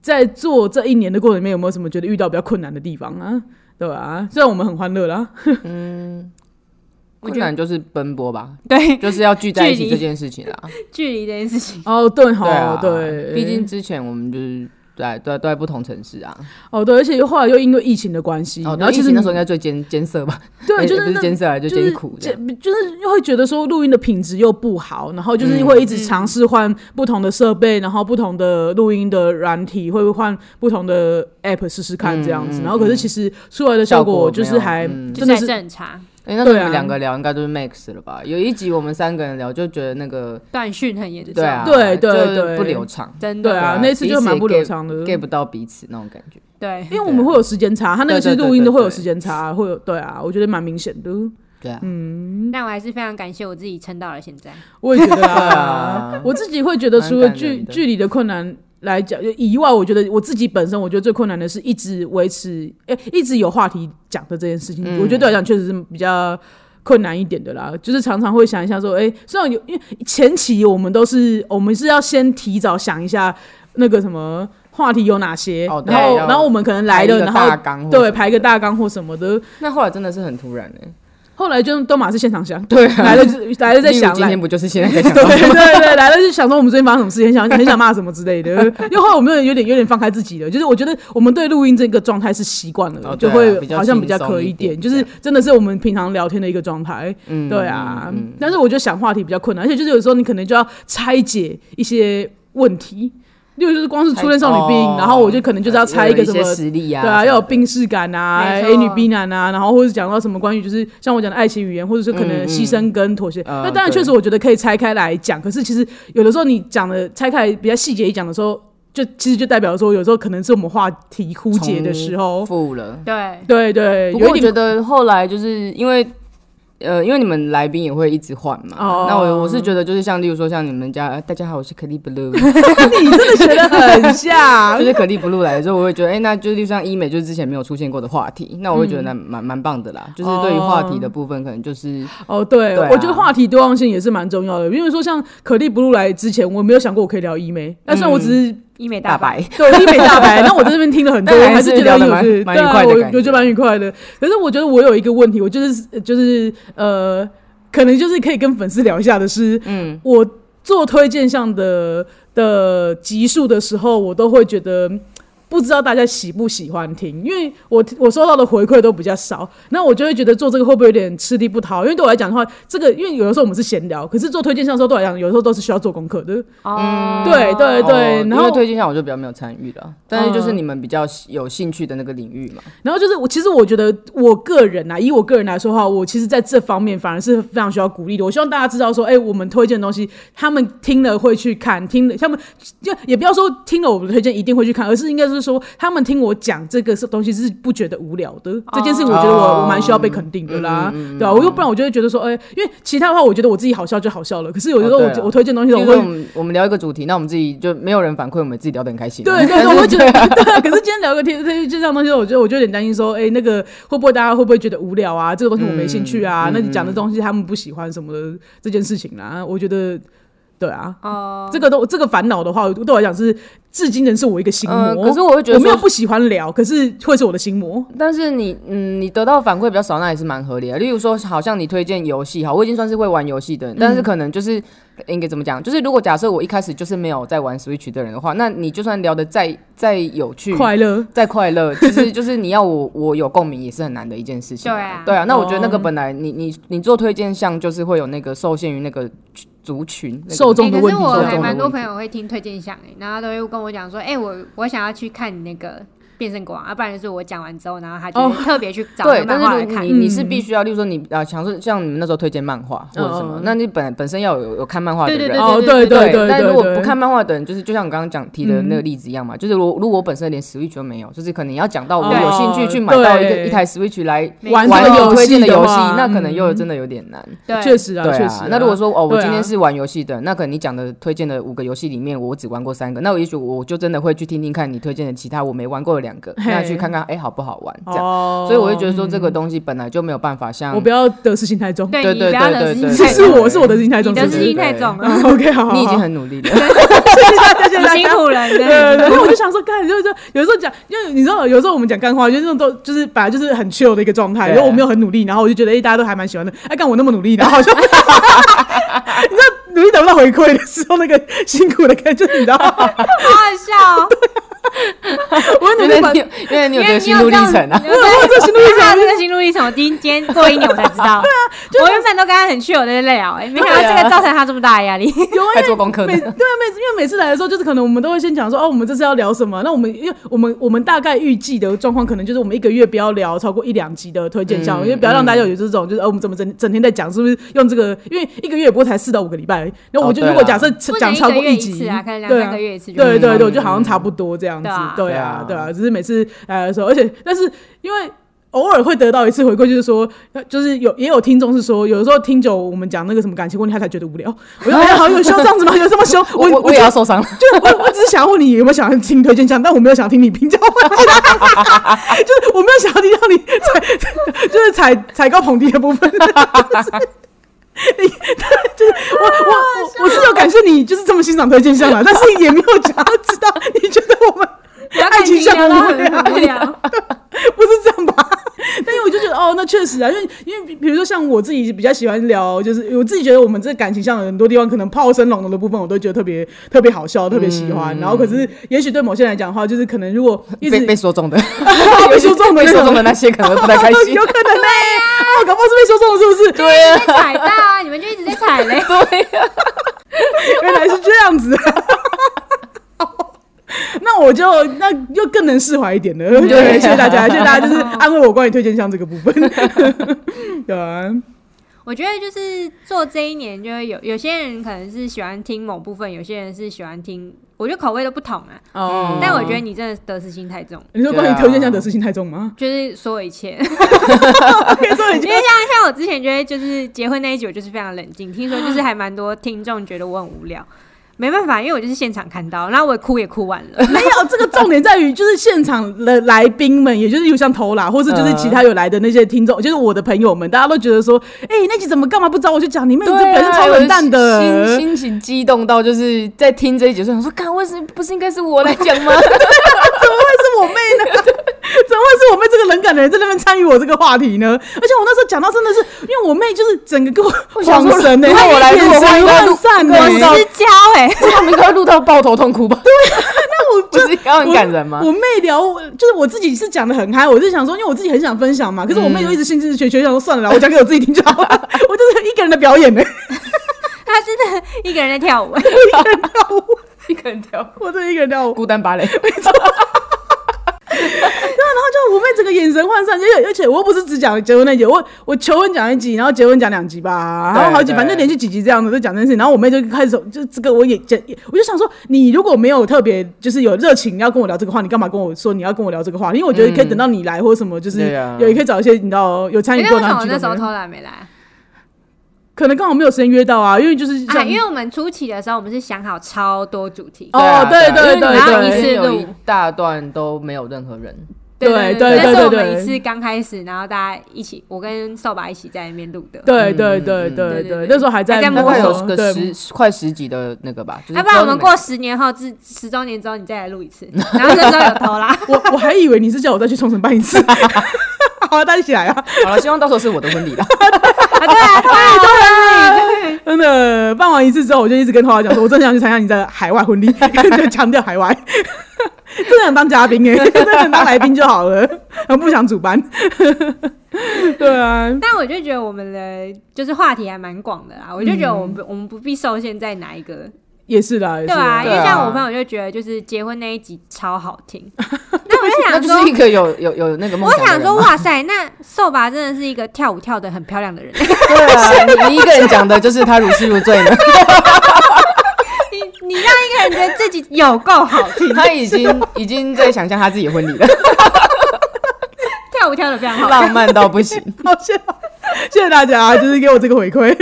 Speaker 1: 在做这一年的过程里面，有没有什么觉得遇到比较困难的地方啊？对吧、虽然我们很欢乐啦，
Speaker 3: 困难就是奔波吧，
Speaker 2: 对，
Speaker 3: 就是要聚在一起
Speaker 2: 距离
Speaker 3: 这件事情啦。
Speaker 2: 距离这件事情，
Speaker 1: 哦，对
Speaker 3: 对
Speaker 1: 哈，，
Speaker 3: 啊
Speaker 1: 对，
Speaker 3: 毕竟之前我们就是对都在都在不同城市啊。
Speaker 1: 哦对，而且又后来又因为疫情的关系，嗯
Speaker 3: 哦，
Speaker 1: 然后
Speaker 3: 然后
Speaker 1: 其
Speaker 3: 疫
Speaker 1: 实
Speaker 3: 情那时候应该最艰艰涩吧？
Speaker 1: 对，
Speaker 3: 哎
Speaker 1: 就
Speaker 3: 不
Speaker 1: 是
Speaker 3: 是
Speaker 1: 那
Speaker 3: 艰涩啊，就
Speaker 1: 就是
Speaker 3: 艰苦这
Speaker 1: 就
Speaker 3: 样。
Speaker 1: 就是会觉得说录音的品质又不好，然后
Speaker 3: 嗯
Speaker 1: 就是会一直尝试换不同的设备，然后不同的录音的软体，会换不同的 app 试试看这样子。
Speaker 3: 嗯嗯
Speaker 1: 然后可是其实出来的效
Speaker 3: 效果
Speaker 1: 果
Speaker 3: 没有
Speaker 1: 就是还
Speaker 3: 嗯
Speaker 2: 就
Speaker 1: 真的
Speaker 2: 在
Speaker 1: 是
Speaker 2: 正常
Speaker 3: 哎，那时候
Speaker 1: 对
Speaker 3: 我
Speaker 1: 啊
Speaker 3: 们两个聊应该都是 max 了吧？有一集我们三个人聊，就觉得那个
Speaker 2: 断讯很严重，
Speaker 3: 对啊，
Speaker 1: 对对
Speaker 3: 就是
Speaker 1: 对嗯
Speaker 3: 不流畅
Speaker 2: 真的
Speaker 1: 对啊，
Speaker 3: 对啊
Speaker 1: 那次就蛮不流畅的。
Speaker 3: ，get 不到彼此那种感觉。
Speaker 2: 对
Speaker 1: 因为我们会有时间差，他那个其实
Speaker 3: 啊对对对
Speaker 1: 录音都会有
Speaker 3: 对对
Speaker 1: 时间差，会有对啊，我觉得蛮明显的。
Speaker 3: 对啊，
Speaker 1: 嗯
Speaker 2: 但我还是非常感谢我自己撑到了现在。
Speaker 1: 我也觉得
Speaker 3: 对
Speaker 1: 啊
Speaker 3: 啊，
Speaker 1: 我自己会觉得除了
Speaker 3: 蛮感
Speaker 1: 距
Speaker 3: 人的
Speaker 1: 距离的困难来讲以外，我觉得我自己本身我觉得最困难的是一直维持，诶、一直有话题讲的这件事情，
Speaker 3: 嗯
Speaker 1: 我觉得对我来讲确实是比较。困难一点的啦，就是常常会想一下说，诶，虽然有，因为前期我们都是我们是要先提早想一下那个什么话题有哪些，
Speaker 3: 哦对
Speaker 1: 然后
Speaker 3: 要
Speaker 1: 然后我们可能来
Speaker 3: 排一
Speaker 1: 了，
Speaker 3: 个
Speaker 1: 然
Speaker 3: 大
Speaker 1: 后
Speaker 3: 纲或什
Speaker 1: 对
Speaker 3: 么
Speaker 1: 排个大纲或什么的，
Speaker 3: 那后来真的是很突然哎。
Speaker 1: 后来就都马是现场想，
Speaker 3: 对啊
Speaker 1: 来了就来了再
Speaker 3: 例如
Speaker 1: 想，
Speaker 3: 今
Speaker 1: 来
Speaker 3: 天不就是现 在在想
Speaker 1: 对
Speaker 3: 到
Speaker 1: 对对，来了就想说我们最近发生什么事情，很想很想骂什么之类的。因为后来我们有点有点放开自己了，就是我觉得我们对录音这个状态是习惯了，
Speaker 3: 哦
Speaker 1: 就
Speaker 3: 对啊
Speaker 1: 会
Speaker 3: 比较
Speaker 1: 好像
Speaker 3: 轻
Speaker 1: 比较
Speaker 3: 松
Speaker 1: 可
Speaker 3: 一
Speaker 1: 以
Speaker 3: 点
Speaker 1: 就
Speaker 3: 这
Speaker 1: 是
Speaker 3: 样
Speaker 1: 真的是我们平常聊天的一个状态。
Speaker 3: 嗯
Speaker 1: 对啊，
Speaker 3: 嗯嗯
Speaker 1: 但是我觉得想话题比较困难，而且就是有时候你可能就要拆解一些问题。例如就是光是初恋少女病，
Speaker 3: 哦
Speaker 1: 然后我就可能就是要拆
Speaker 3: 有
Speaker 1: 个
Speaker 3: 一
Speaker 1: 什
Speaker 3: 些
Speaker 1: 么
Speaker 3: 实力啊，
Speaker 1: 对啊，要有病视感啊
Speaker 2: 没错
Speaker 1: ，A 女 B 男啊，然后或者讲到什么关于就是像我讲的爱情语言，或者是可能
Speaker 3: 嗯嗯
Speaker 1: 牺牲跟妥协。
Speaker 3: 嗯
Speaker 1: 那当然，
Speaker 3: 对
Speaker 1: 确实我觉得可以拆开来讲，可是其实有的时候你讲的拆开来比较细节一讲的时候，就其实就代表说有时候可能是我们话题枯竭的时候。
Speaker 3: 负了。
Speaker 2: 对，
Speaker 1: 对对，
Speaker 3: 嗯不过
Speaker 1: 有
Speaker 3: 我
Speaker 1: 一
Speaker 3: 觉
Speaker 1: 点
Speaker 3: 得后来就是因为。呃，因为你们来宾也会一直换嘛，
Speaker 1: 哦
Speaker 3: 那我我是觉得就是像，例如说像你们家，呃大家好，我是可丽 blue，
Speaker 1: 你真的学得很 像
Speaker 3: 就。是可丽 blue 来的时候，我会觉得，哎、那就例如像医美，就是之前没有出现过的话题，那我会觉得
Speaker 1: 嗯
Speaker 3: 那蛮蛮棒的啦。就是对于话题的部分，可能就是
Speaker 1: 哦，对，
Speaker 3: 对啊
Speaker 1: 我觉得话题多样性也是蛮重要的，因为说像可丽不露来之前，我没有想过我可以聊医美，但虽然我只是
Speaker 2: 医美
Speaker 3: 大
Speaker 2: 大
Speaker 3: 白
Speaker 2: 白，
Speaker 1: 对，我医美大白，那我在这边听了很多，
Speaker 3: 但
Speaker 1: 我
Speaker 3: 还
Speaker 1: 还
Speaker 3: 是
Speaker 1: 觉得
Speaker 3: 聊得
Speaker 1: 有
Speaker 3: 蛮
Speaker 1: 趣，
Speaker 3: 蛮
Speaker 1: 对
Speaker 3: 愉
Speaker 1: 啊
Speaker 3: 快的
Speaker 1: 我
Speaker 3: 感
Speaker 1: 我觉得
Speaker 3: 觉
Speaker 1: 蛮愉快的。可是我觉得我有一个问题，我就是就是呃，可能就是可以跟粉丝聊一下的是，嗯，我做推荐项的的集数的时候，我都会觉得。不知道大家喜不喜欢听，因为我我收到的回馈都比较少，那我就会觉得做这个会不会有点吃力不讨？因为对我来讲的话，这个因为有的时候我们是闲聊，可是做推荐项的时候，对我来讲，有的时候都是需要做功课的。
Speaker 2: 哦，
Speaker 1: 对对对，
Speaker 3: 哦
Speaker 1: 然
Speaker 3: 因
Speaker 1: 后
Speaker 3: 为推荐上我就比较没有参与了，但是就是
Speaker 1: 嗯
Speaker 3: 你们比较有兴趣的那个领域嘛，
Speaker 1: 然后就是我，其实我觉得我个人啊，以我个人来说的话，我其实在这方面反而是非常需要鼓励的。我希望大家知道说，哎、我们推荐的东西，他们听了会去看，听了他们就也不要说听了我们的推荐一定会去看，而是应该是说他们听我讲这个是东西是不觉得无聊的。这件事情我觉得我
Speaker 3: 哦嗯
Speaker 1: 我蛮需要被肯定的啦，对吧、我又不然我就会觉得说，哎、因为其他的话，我觉得我自己好笑就好笑了。可是有的时候
Speaker 3: 哦
Speaker 1: 我、
Speaker 3: 对啊
Speaker 1: 我推荐东西
Speaker 3: 比
Speaker 1: 的
Speaker 3: 如
Speaker 1: 时候，
Speaker 3: 说我
Speaker 1: 我会。
Speaker 3: 们我们聊一个主题，那我们自己就没有人反馈，我们自己聊得很开心啊。
Speaker 1: 对对对，
Speaker 3: 但
Speaker 1: 我
Speaker 3: 是
Speaker 1: 会觉得 对啊。可是今天聊个天，这这样东西，我觉得我就有点担心，说，哎、那个会不会大家会不会觉得无聊啊？这个东西我没兴趣啊，那你讲的东西他们不喜欢什么的这件事情啦，我觉得。对啊，
Speaker 2: 哦，
Speaker 1: 这个都这个烦恼的话，对我来讲是至今仍是我一个心魔。
Speaker 3: 呃可是我会觉得
Speaker 1: 我没有
Speaker 3: 说
Speaker 1: 不喜欢聊，可是会是我的心魔。
Speaker 3: 但是你，嗯，你得到反馈比较少，那也是蛮合理的。例如说，好像你推荐游戏，好，我已经算是会玩游戏的人，但是可能就是应该怎么讲？就是如果假设我一开始就是没有在玩 Switch 的人的话，那你就算聊得再再有趣、
Speaker 1: 快乐，
Speaker 3: 再快 乐，其实就是你要我我有共鸣也是很难的一件事情。
Speaker 2: 对啊
Speaker 3: 对啊。那我觉得那
Speaker 1: 哦
Speaker 3: 个本来你你你做推荐项就是会有那个受限于那个族群、那个
Speaker 1: 受众
Speaker 2: 欸
Speaker 1: 的
Speaker 2: 可
Speaker 1: 问
Speaker 2: 是
Speaker 1: 题
Speaker 2: 我
Speaker 1: 受
Speaker 2: 还
Speaker 1: 众的
Speaker 2: 蛮多
Speaker 3: 问
Speaker 2: 朋
Speaker 3: 题
Speaker 2: 友会听推荐项哎，然后都会跟我讲说，哎、我我想要去看你那个变身国王，啊，不然就是我讲完之后，然后他
Speaker 1: 哦
Speaker 2: 就会特别去找
Speaker 3: 对，但
Speaker 2: 漫
Speaker 3: 是
Speaker 2: 画来
Speaker 3: 如果
Speaker 2: 看。
Speaker 3: 你
Speaker 1: 嗯
Speaker 3: 你是必须要，例如说你啊，想说像你们那时候推荐漫画或者什么
Speaker 1: 嗯，
Speaker 3: 那你本本身要有有看漫画的
Speaker 2: 对
Speaker 3: 人
Speaker 2: 对，
Speaker 1: 哦
Speaker 2: 对
Speaker 1: 对对
Speaker 3: 但
Speaker 1: 对
Speaker 3: 如果
Speaker 1: 对嗯
Speaker 3: 不看漫画的人，就是就像我刚刚讲提的那个例子一样嘛，就是我如果我本身连 Switch 都没有，就是可能要讲到我
Speaker 2: 哦
Speaker 3: 有兴趣去买到一个
Speaker 1: 对
Speaker 3: 一台 Switch 来
Speaker 2: 没
Speaker 1: 玩
Speaker 2: 错
Speaker 1: 这
Speaker 3: 玩
Speaker 1: 个
Speaker 3: 有
Speaker 1: 游
Speaker 3: 推荐的游戏
Speaker 1: 话，
Speaker 3: 那可能又
Speaker 1: 嗯
Speaker 3: 真的有点难。
Speaker 2: 对，
Speaker 1: 确实啊，
Speaker 3: 对
Speaker 1: 确实啊。
Speaker 3: 那如果说哦，
Speaker 1: 对
Speaker 3: 我
Speaker 1: 啊
Speaker 3: 今天是玩游戏的，那可能你讲的推荐的五个游戏里面，我只玩过三个，那我也许我就真的会去听听看你推荐的其他我没玩过的两个，
Speaker 1: 嘿
Speaker 3: 那去看看哎好不好玩这样。
Speaker 1: 哦，
Speaker 3: 所以我就觉得说这个东西本来就没有办法像
Speaker 1: 我不要得失心太重，
Speaker 2: 对
Speaker 3: 对
Speaker 2: 你
Speaker 3: 对
Speaker 2: 不要
Speaker 3: 对
Speaker 2: 得
Speaker 3: 对
Speaker 2: 失
Speaker 3: 对
Speaker 2: 心
Speaker 1: 是
Speaker 2: 太
Speaker 3: 对
Speaker 1: 是
Speaker 2: 重，
Speaker 1: 我是我得失心太重，
Speaker 2: 你得
Speaker 1: 是不
Speaker 2: 失
Speaker 1: 是
Speaker 2: 心太重 了，
Speaker 1: 哦 OK，好，好
Speaker 3: 你已经
Speaker 1: 好
Speaker 3: 很努力了，
Speaker 1: 谢谢
Speaker 2: 你
Speaker 1: 大
Speaker 2: 辛
Speaker 1: 家。
Speaker 2: 苦了，
Speaker 1: 对对
Speaker 2: 对
Speaker 1: 对，因为我就想说，干，就是说有时候讲，因为你知道，有时候我们讲干话，就是那种都就是本来就是很 chill 的一个状态，
Speaker 3: 对
Speaker 1: 然后我没有很努力，然后我就觉得，哎、大家都还蛮喜欢的，哎、干我那么努力，然后好 像，你知道努力得不到回馈的时候，那个辛苦的感觉，你知道，
Speaker 2: 好好笑哦，
Speaker 1: 我会努
Speaker 3: 因
Speaker 1: 力
Speaker 3: 为
Speaker 1: 把
Speaker 3: 你有因为你有
Speaker 2: 因为
Speaker 3: 这个
Speaker 2: 你
Speaker 3: 心
Speaker 2: 有
Speaker 3: 路历
Speaker 2: 这样
Speaker 3: 程啊，啊
Speaker 2: 对
Speaker 1: 我这心路历程
Speaker 2: 他这个心路历程，我第一今天过一年我才知 道。对啊，我原本都跟他很 chill 在聊，哎，没想到
Speaker 3: 对啊
Speaker 2: 这个造成他这么大的 压力。
Speaker 3: 还做功课呢
Speaker 1: 每。对啊，每次因为每次来的时候，就是可能我们都会先讲说，哦，我们这次要聊什么？那我们因为我们我们大概预计的状况，可能就是我们一个月不要聊超过一两集的推荐项目，
Speaker 3: 嗯
Speaker 1: 因为不要让大家有这种，就是哦，我们怎么整整天在讲，是不是用这个？因为一个月也不过才四到五个礼拜，然后我们就、
Speaker 3: 哦对啊
Speaker 1: 如果假设
Speaker 2: 不
Speaker 1: 讲
Speaker 2: 能
Speaker 1: 超
Speaker 2: 一个
Speaker 1: 过
Speaker 2: 月一
Speaker 1: 集，
Speaker 2: 次啊，可能两
Speaker 1: 对
Speaker 2: 三
Speaker 1: 啊
Speaker 2: 个月一次就可
Speaker 1: 对
Speaker 2: 以。
Speaker 1: 对对，
Speaker 3: 嗯
Speaker 1: 就好像差不多这样子
Speaker 2: 对啊。
Speaker 1: 对啊，
Speaker 3: 对
Speaker 1: 对
Speaker 3: 啊
Speaker 1: 啊，只是每次来的时候，而且但是因为。偶尔会得到一次回馈，就是说，呃就是有也有听众是说，有的时候听久我们讲那个什么感情问题，他才觉得无聊。我说，哎呀，好有需要这样子 吗？有这么凶？
Speaker 3: 我
Speaker 1: 我
Speaker 3: 我也要受伤了，
Speaker 1: 就我我只是想问你有没有想要听推荐项，但我没有想听你评价问题，就是我没有想要听到你踩， 就是踩踩高捧低的部分。 就是你 就是我我我我是有感谢你，就是这么欣赏推荐项啦，但是也没有想要知道你觉得我们
Speaker 2: 不要
Speaker 1: 爱
Speaker 2: 看
Speaker 1: 情
Speaker 2: 剧
Speaker 1: 像
Speaker 2: 聊到
Speaker 1: 无
Speaker 2: 很
Speaker 1: 聊
Speaker 2: 无聊。
Speaker 1: 不是这样吧？ 但是我就觉得哦，那确实啊，因为因为比比如说像我自己比较喜欢聊，就是我自己觉得我们这感情上的很多地方，可能炮声隆隆的部分，我都觉得特别特别好笑，特别喜欢。然后可是也许对某些人来讲的话，就是可能如果一直
Speaker 3: 嗯被被说中的，
Speaker 1: 被说中的
Speaker 3: 被说中的那些可能会不太开 心
Speaker 1: 有。可能 呢、哦，搞不好是被说中了，是不是？
Speaker 3: 对啊，
Speaker 2: 在踩到啊，你们就一直在踩嘞。
Speaker 3: 对啊，
Speaker 1: 原来是这样子、 那我就那又更能释怀一点了，对，
Speaker 3: 嗯对
Speaker 1: 谢谢大家，谢谢大家， 就是安慰我关于推荐项这个部分， 对啊，
Speaker 2: 我觉得就是做这一年，就会有有些人可能是喜欢听某部分，有些人是喜欢听，我觉得口味都不同啊。
Speaker 3: 嗯
Speaker 1: 哦
Speaker 2: 但我觉得你真的得失心太重，
Speaker 1: 你说
Speaker 3: 啊
Speaker 1: 关于推荐项的事情太重 吗？
Speaker 2: 就是所有一切。
Speaker 1: 可以说你
Speaker 2: 因
Speaker 1: 就
Speaker 2: 为像像我之前觉得，就是结婚那一集，我就是非常冷静。听说就是还蛮多听众觉得我很无聊，没办法，因为我就是现场看到，然后我也哭也哭完了。
Speaker 1: 没有这个重点在于，就是现场的来宾们，也就是有像投啦，或是
Speaker 3: 嗯
Speaker 1: 就是其他有来的那些听众，就是我的朋友们，大家都觉得说，哎、那集怎么干嘛不找我去讲？你妹，你这
Speaker 3: 对啊
Speaker 1: 本身超冷淡的。
Speaker 3: 有 心心情激动到就是在听这一节的时候，想说，看为什么不是应该是我来讲吗？
Speaker 1: 怎么会是我妹呢？ 怎么会是我妹这个冷感的人在那边参与我这个话题呢？而且我那时候讲到真的是，因为我妹就是整个给我
Speaker 3: 想说
Speaker 1: 晃神呢、
Speaker 3: 如果我来
Speaker 1: 眼
Speaker 3: 录我会
Speaker 1: 神
Speaker 3: 应该录
Speaker 1: 涣散欸呢、
Speaker 3: 我
Speaker 2: 我
Speaker 3: 知道
Speaker 2: 失焦哎、
Speaker 3: 这他们应该录到抱头痛哭吧？
Speaker 1: 啊那我
Speaker 3: 不
Speaker 1: 就是
Speaker 3: 应该很感人吗
Speaker 1: 我？我妹聊，就是我自己是讲的很嗨，我是想说，因为我自己很想分享嘛，可是我
Speaker 3: 嗯
Speaker 1: 妹就一直心知学学，想说算了啦，我讲给我自己听就好 了。我就是一个人的表演欸呢、
Speaker 2: 他真的一个人在跳舞、
Speaker 3: 一个人跳
Speaker 1: 我这一个人跳舞。
Speaker 3: 孤单芭蕾，
Speaker 1: 啊然后就我妹整个眼神涣散，而且而且我又不是只讲结婚那集，我我求婚讲一集，然后结婚讲两集吧，然后好几
Speaker 3: 对
Speaker 1: 反正连续几集这样子都讲这件事情，然后我妹就开始就这个我也这我就想说，你如果没有特别就是有热情要跟我聊这个话，你干嘛跟我说你要跟我聊这个话？因为我觉得可以等到你来或者什么，就是
Speaker 3: 对啊
Speaker 1: 有也可以找一些你知道有参
Speaker 2: 因
Speaker 1: 与
Speaker 2: 为
Speaker 1: 过
Speaker 2: 为
Speaker 1: 的
Speaker 2: 什么我
Speaker 1: 人
Speaker 2: 那时候偷懒没来啊？
Speaker 1: 可能刚好没有时间约到啊，因为就是
Speaker 2: 啊，
Speaker 1: 像
Speaker 2: 因为我们初期的时候，我们是想好超多主题。
Speaker 1: 哦对对对
Speaker 3: 啊因为
Speaker 2: 对
Speaker 3: 你
Speaker 2: 对
Speaker 3: 有一大段都没有任何人，
Speaker 1: 对
Speaker 2: 对
Speaker 1: 对
Speaker 2: 那
Speaker 1: 对
Speaker 2: 是我
Speaker 1: 对
Speaker 2: 们
Speaker 1: 对
Speaker 2: 一次刚开始，然后大家一起，我跟扫把一起在那边录的。
Speaker 1: 对对对
Speaker 3: 嗯
Speaker 1: 对
Speaker 2: 对对
Speaker 1: 对，那时候还在
Speaker 2: 还在
Speaker 1: 摸
Speaker 3: 大
Speaker 2: 摸
Speaker 3: 概
Speaker 2: 索
Speaker 1: 索
Speaker 3: 有个
Speaker 1: 对
Speaker 3: 十快十集的那个吧。就是
Speaker 2: 要、不然我们
Speaker 3: 都没
Speaker 2: 过十年后，至十周年之后，你再来录一次。然后那时候有偷啦，
Speaker 1: 我我还以为你是叫我再去冲绳办一 次，好啊，大家一起来啊！
Speaker 3: 好了，希望到时候是我的婚礼啦。
Speaker 2: 啊对啊，偷啦，偷啦。
Speaker 1: 真的办完一次之后，我就一直跟花花讲说，我真的想去参加你的海外婚礼， 就强调海外， 真的想当嘉宾哎、 真的想当来宾就好了，很不想主办。 对啊，
Speaker 2: 但我就觉得我们的就是话题还蛮广的啦，我就觉得我
Speaker 3: 嗯
Speaker 2: 们不、我们不必受限在哪一个，
Speaker 1: 也是啦，也
Speaker 2: 对
Speaker 1: 是
Speaker 2: 吧、
Speaker 1: 啦
Speaker 2: 因
Speaker 3: 对啊
Speaker 2: 为像我朋友就觉得就是结婚那一集超好听，那我就
Speaker 3: 那
Speaker 2: 想
Speaker 3: 就
Speaker 2: 说
Speaker 3: 是一，个有有有那个梦
Speaker 2: 我
Speaker 3: 想的
Speaker 2: 想
Speaker 3: 人
Speaker 2: 说，
Speaker 3: 嘛。
Speaker 2: 哇塞，那瘦吧真的是一个跳舞跳的很漂亮的人，
Speaker 3: 对啊，你你一个人讲的就是他如痴如醉呢，
Speaker 2: 你你让一个人觉得自己有够好，
Speaker 3: 他已经已经在想象他自己婚礼了，
Speaker 2: 跳舞跳的非常好。
Speaker 3: 浪漫到不 行。
Speaker 1: 好，谢谢谢谢大家，就是给我这个回馈。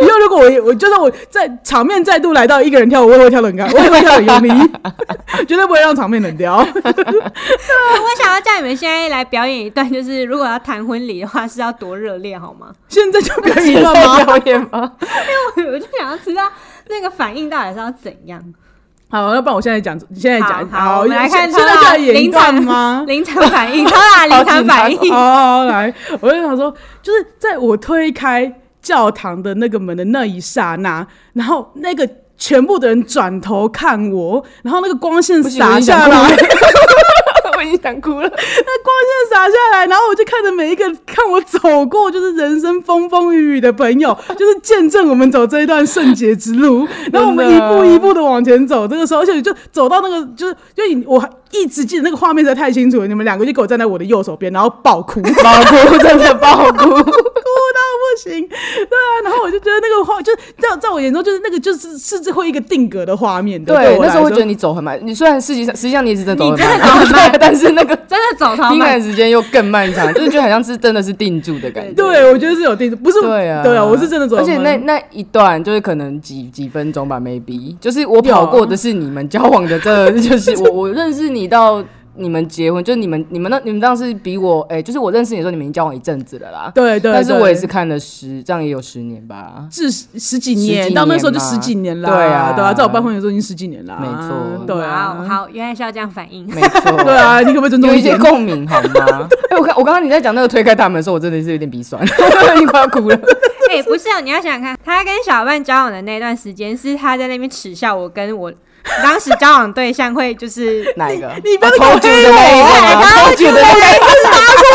Speaker 1: 以后如果我也我就算我在场面再度来到一个人跳舞，我也会跳得很高，我也会跳得很用力， 绝对不会让场面冷掉。
Speaker 2: 我想要叫你们现在来表演一段，就是如果要谈婚礼的话，是要多热烈好吗？
Speaker 1: 现在就表演
Speaker 3: 你
Speaker 1: 一段吗？
Speaker 3: 表演吗？
Speaker 2: 我我就想要知道那个反应到底是要怎样。
Speaker 1: 好，那不然我现在讲，你现在讲。
Speaker 2: 好好我们来看
Speaker 1: 现在
Speaker 2: 他
Speaker 1: 就
Speaker 2: 啦
Speaker 1: 要演一
Speaker 2: 临
Speaker 1: 段
Speaker 2: 场
Speaker 3: 啊
Speaker 1: 吗？
Speaker 2: 临场反应，好啦，临场反
Speaker 1: 好
Speaker 3: 哦
Speaker 2: 应。
Speaker 1: 好好来，我就想说，就是在我推开教堂的那个门的那一刹那，然后那个全部的人转头看我，然后那个光线
Speaker 3: 不行我
Speaker 1: 洒
Speaker 3: 已经想
Speaker 1: 下
Speaker 3: 哭
Speaker 1: 来
Speaker 3: 了， 我已经想哭了。
Speaker 1: 那光线洒下来，然后我就看着每一个看我走过，就是人生风风雨雨的朋友，就是见证我们走这一段圣洁之 路。然后我们一步一步的往前走，这个时候，而且就走到那个，就是就你我一直记得那个画面实在太清楚了，你们两个就给我站在我的右手边，然后爆哭，哭到
Speaker 3: 爆哭，真的爆 哭。
Speaker 1: 不行， 对啊，然后我就觉得那个画，就是在在我眼中，就是那个就是是最后一个定格的画面的。
Speaker 3: 对，
Speaker 1: 我
Speaker 3: 那时
Speaker 1: 来
Speaker 3: 候我觉
Speaker 1: 说
Speaker 3: 得你走很慢，你虽然实际上实际上你也是真的走很
Speaker 2: 你真
Speaker 3: 慢，
Speaker 2: 的走很慢
Speaker 3: 对但是那个
Speaker 2: 真的走超
Speaker 3: 敏
Speaker 2: 慢
Speaker 3: 感，时间又更漫长，就是觉得好像是真的是定住的感觉。
Speaker 1: 对，我觉得是有定，不是
Speaker 3: 对啊，
Speaker 1: 对啊，我是真的走
Speaker 3: 而
Speaker 1: 很
Speaker 3: 且
Speaker 1: 慢，
Speaker 3: 那那一段就是可能几几分钟吧，maybe，就是我跑过的是你们交往的这，
Speaker 1: 啊
Speaker 3: 就是我我认识你到你们结婚，就是你们你们那你们当时比我，哎，就是我认识你的时候，你们已经交往一阵子了啦，
Speaker 1: 对对，
Speaker 3: 但是
Speaker 1: 对
Speaker 3: 我也是看了十，这样也有十年吧，
Speaker 1: 至十十几
Speaker 3: 十
Speaker 1: 年，
Speaker 3: 几
Speaker 1: 到那时候就
Speaker 3: 年
Speaker 1: 十几年啦，
Speaker 3: 嘛对啊
Speaker 1: 对啊，在我办婚礼的时候已经十几年啦，
Speaker 3: 没错
Speaker 1: 对
Speaker 2: 哇哦
Speaker 1: 啊，
Speaker 2: 好，原来是要这样反应。
Speaker 3: 没错，
Speaker 1: 对啊，你可不可以尊
Speaker 3: 有
Speaker 1: 重
Speaker 3: 一
Speaker 1: 点
Speaker 3: 些？ 共鸣好 吗？哎、我刚我刚刚你在讲那个推开大门的时候，我真的是有点鼻酸， 你快要哭了。
Speaker 2: 哎、不是、哦，你要想想看，他跟小伴交往的那段时间，是他在那边耻笑我跟我当时交往对象会就是
Speaker 3: 哪一个？
Speaker 1: 你不要
Speaker 3: 偷酒的那一个
Speaker 2: 我
Speaker 1: 哎
Speaker 3: 吗，偷酒的那一个。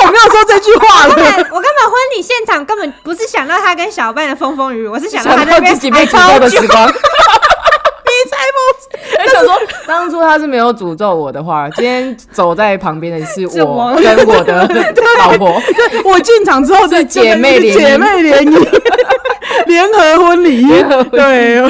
Speaker 1: 我没有说这句话
Speaker 2: 我根
Speaker 1: 了，
Speaker 2: 本我根本婚礼现场根本不是想到他跟小伴的风风雨雨，我是想到他在那
Speaker 3: 想到
Speaker 2: 边
Speaker 3: 自己被诅咒
Speaker 2: 抽
Speaker 3: 的
Speaker 2: 酒，
Speaker 3: 时光，
Speaker 1: 你才不
Speaker 3: 哎想说当初他是没有诅咒我的话，今天走在旁边的是
Speaker 2: 是
Speaker 3: 我
Speaker 2: 我
Speaker 3: 跟我的老婆，
Speaker 1: 是。 我进场之后
Speaker 3: 是姐妹联谊
Speaker 1: 姐妹联谊，联合婚礼，对。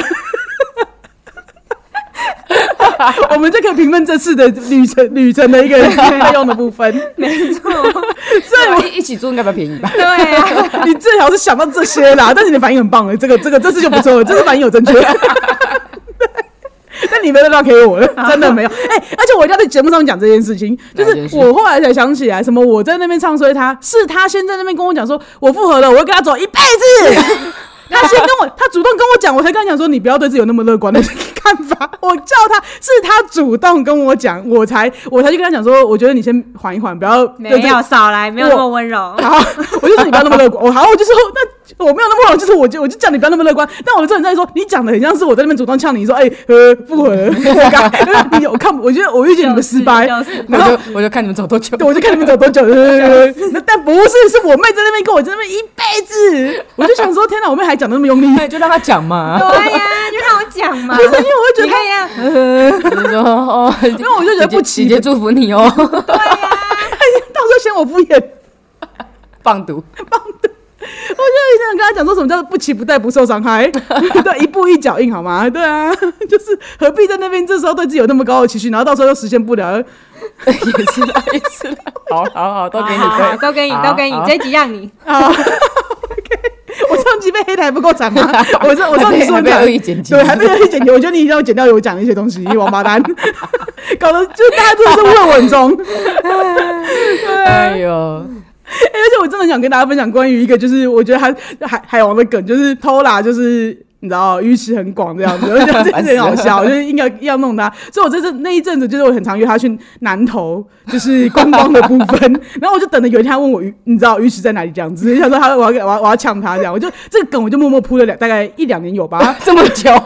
Speaker 1: 我们就可以评论这次的旅程旅程的一个费用的部分。
Speaker 2: 没错，
Speaker 1: 所以我
Speaker 3: 一一起住应该比较便宜吧？
Speaker 2: 对啊，
Speaker 1: 你最好是想到这些啦， 但是你的反应很棒了，欸这个这个这次就不错 了，这次反应有正确。 对但你没得到给我了， 真的没有。哎、而且我一定要在节目上面讲这件事情，就
Speaker 3: 啊哪件
Speaker 1: 是
Speaker 3: 事
Speaker 1: 我后来才想起来，什么我在那边唱衰他，是他先在那边跟我讲说，我复合了，我会跟他走一辈子。 他先跟我，他主动跟我讲，我才跟他讲说，你不要对自己有那么乐观的 看法。我叫他，是他主动跟我讲，我才我才去跟他讲说，我觉得你先缓一缓，不要
Speaker 2: 没
Speaker 1: 对这个
Speaker 2: 有少来，没有那么温柔。
Speaker 1: 好，我就说你不要那么乐观。我好，我就说那我没有那么乐观，就是我就我就叫你不要那么乐观。但我的重点在于说，你讲的很像是我在那边主动呛你说，哎、呃，不合了，我刚， 因为你我看，我觉得我遇见你们失败。
Speaker 2: 就是
Speaker 3: 我
Speaker 1: 然后
Speaker 3: 就我就看你们走多久
Speaker 1: 对，。我就看你们走多久，对对对对那但不是，是我妹在那边跟我在那边一辈子，我就想说，天哪，我妹还讲得那么用力，
Speaker 3: 那你就让他 讲嘛，
Speaker 2: 对呀、就让我讲嘛。
Speaker 1: 不是因为我会觉得
Speaker 2: 你啊
Speaker 1: 她，
Speaker 2: 看呀，
Speaker 3: 你就说哦，因
Speaker 1: 为我就觉得不起
Speaker 3: 姐姐祝福你哦，
Speaker 2: 对 呀、
Speaker 1: 到时候嫌我敷衍，
Speaker 3: 放毒。
Speaker 1: 我就想跟他讲说什么叫做不急不待不受伤害， 对，一步一脚印好吗？对啊， 就是何必在那边这时候对自己有那么高的期许，然后到时候又实现不了，
Speaker 3: 也是啦，也是啦。 好好好，都给你
Speaker 2: 好好好
Speaker 3: 对，
Speaker 2: 都给你，
Speaker 3: 好
Speaker 2: 都给你
Speaker 3: 好，
Speaker 2: 这一集让你。
Speaker 1: 啊。OK，我上集被黑的还不够惨吗？ 我这我上集说
Speaker 3: 还被还
Speaker 1: 的
Speaker 3: 被恶意剪辑
Speaker 1: 对，还被恶意剪辑。我觉得你一定要剪掉有讲的一些东西，王八蛋，搞得就是大家真的是问稳中。
Speaker 3: 哎呦，
Speaker 1: 欸而且我真的想跟大家分享关于一个，就是我觉得海海海王的梗，就是偷啦，就是你知道，鱼池很广这样子，而且这件事很好笑，就是应该要弄他。所以我这次那一阵子，就是我很常约他去南投，就是观光的部分。 然后我就等着有一天他问我鱼，你知道鱼池在哪里这样子， 想说他我要给我要我要呛他这样，我就这个梗我就默默铺了两大概一两年有吧。
Speaker 3: 这么久，
Speaker 1: 有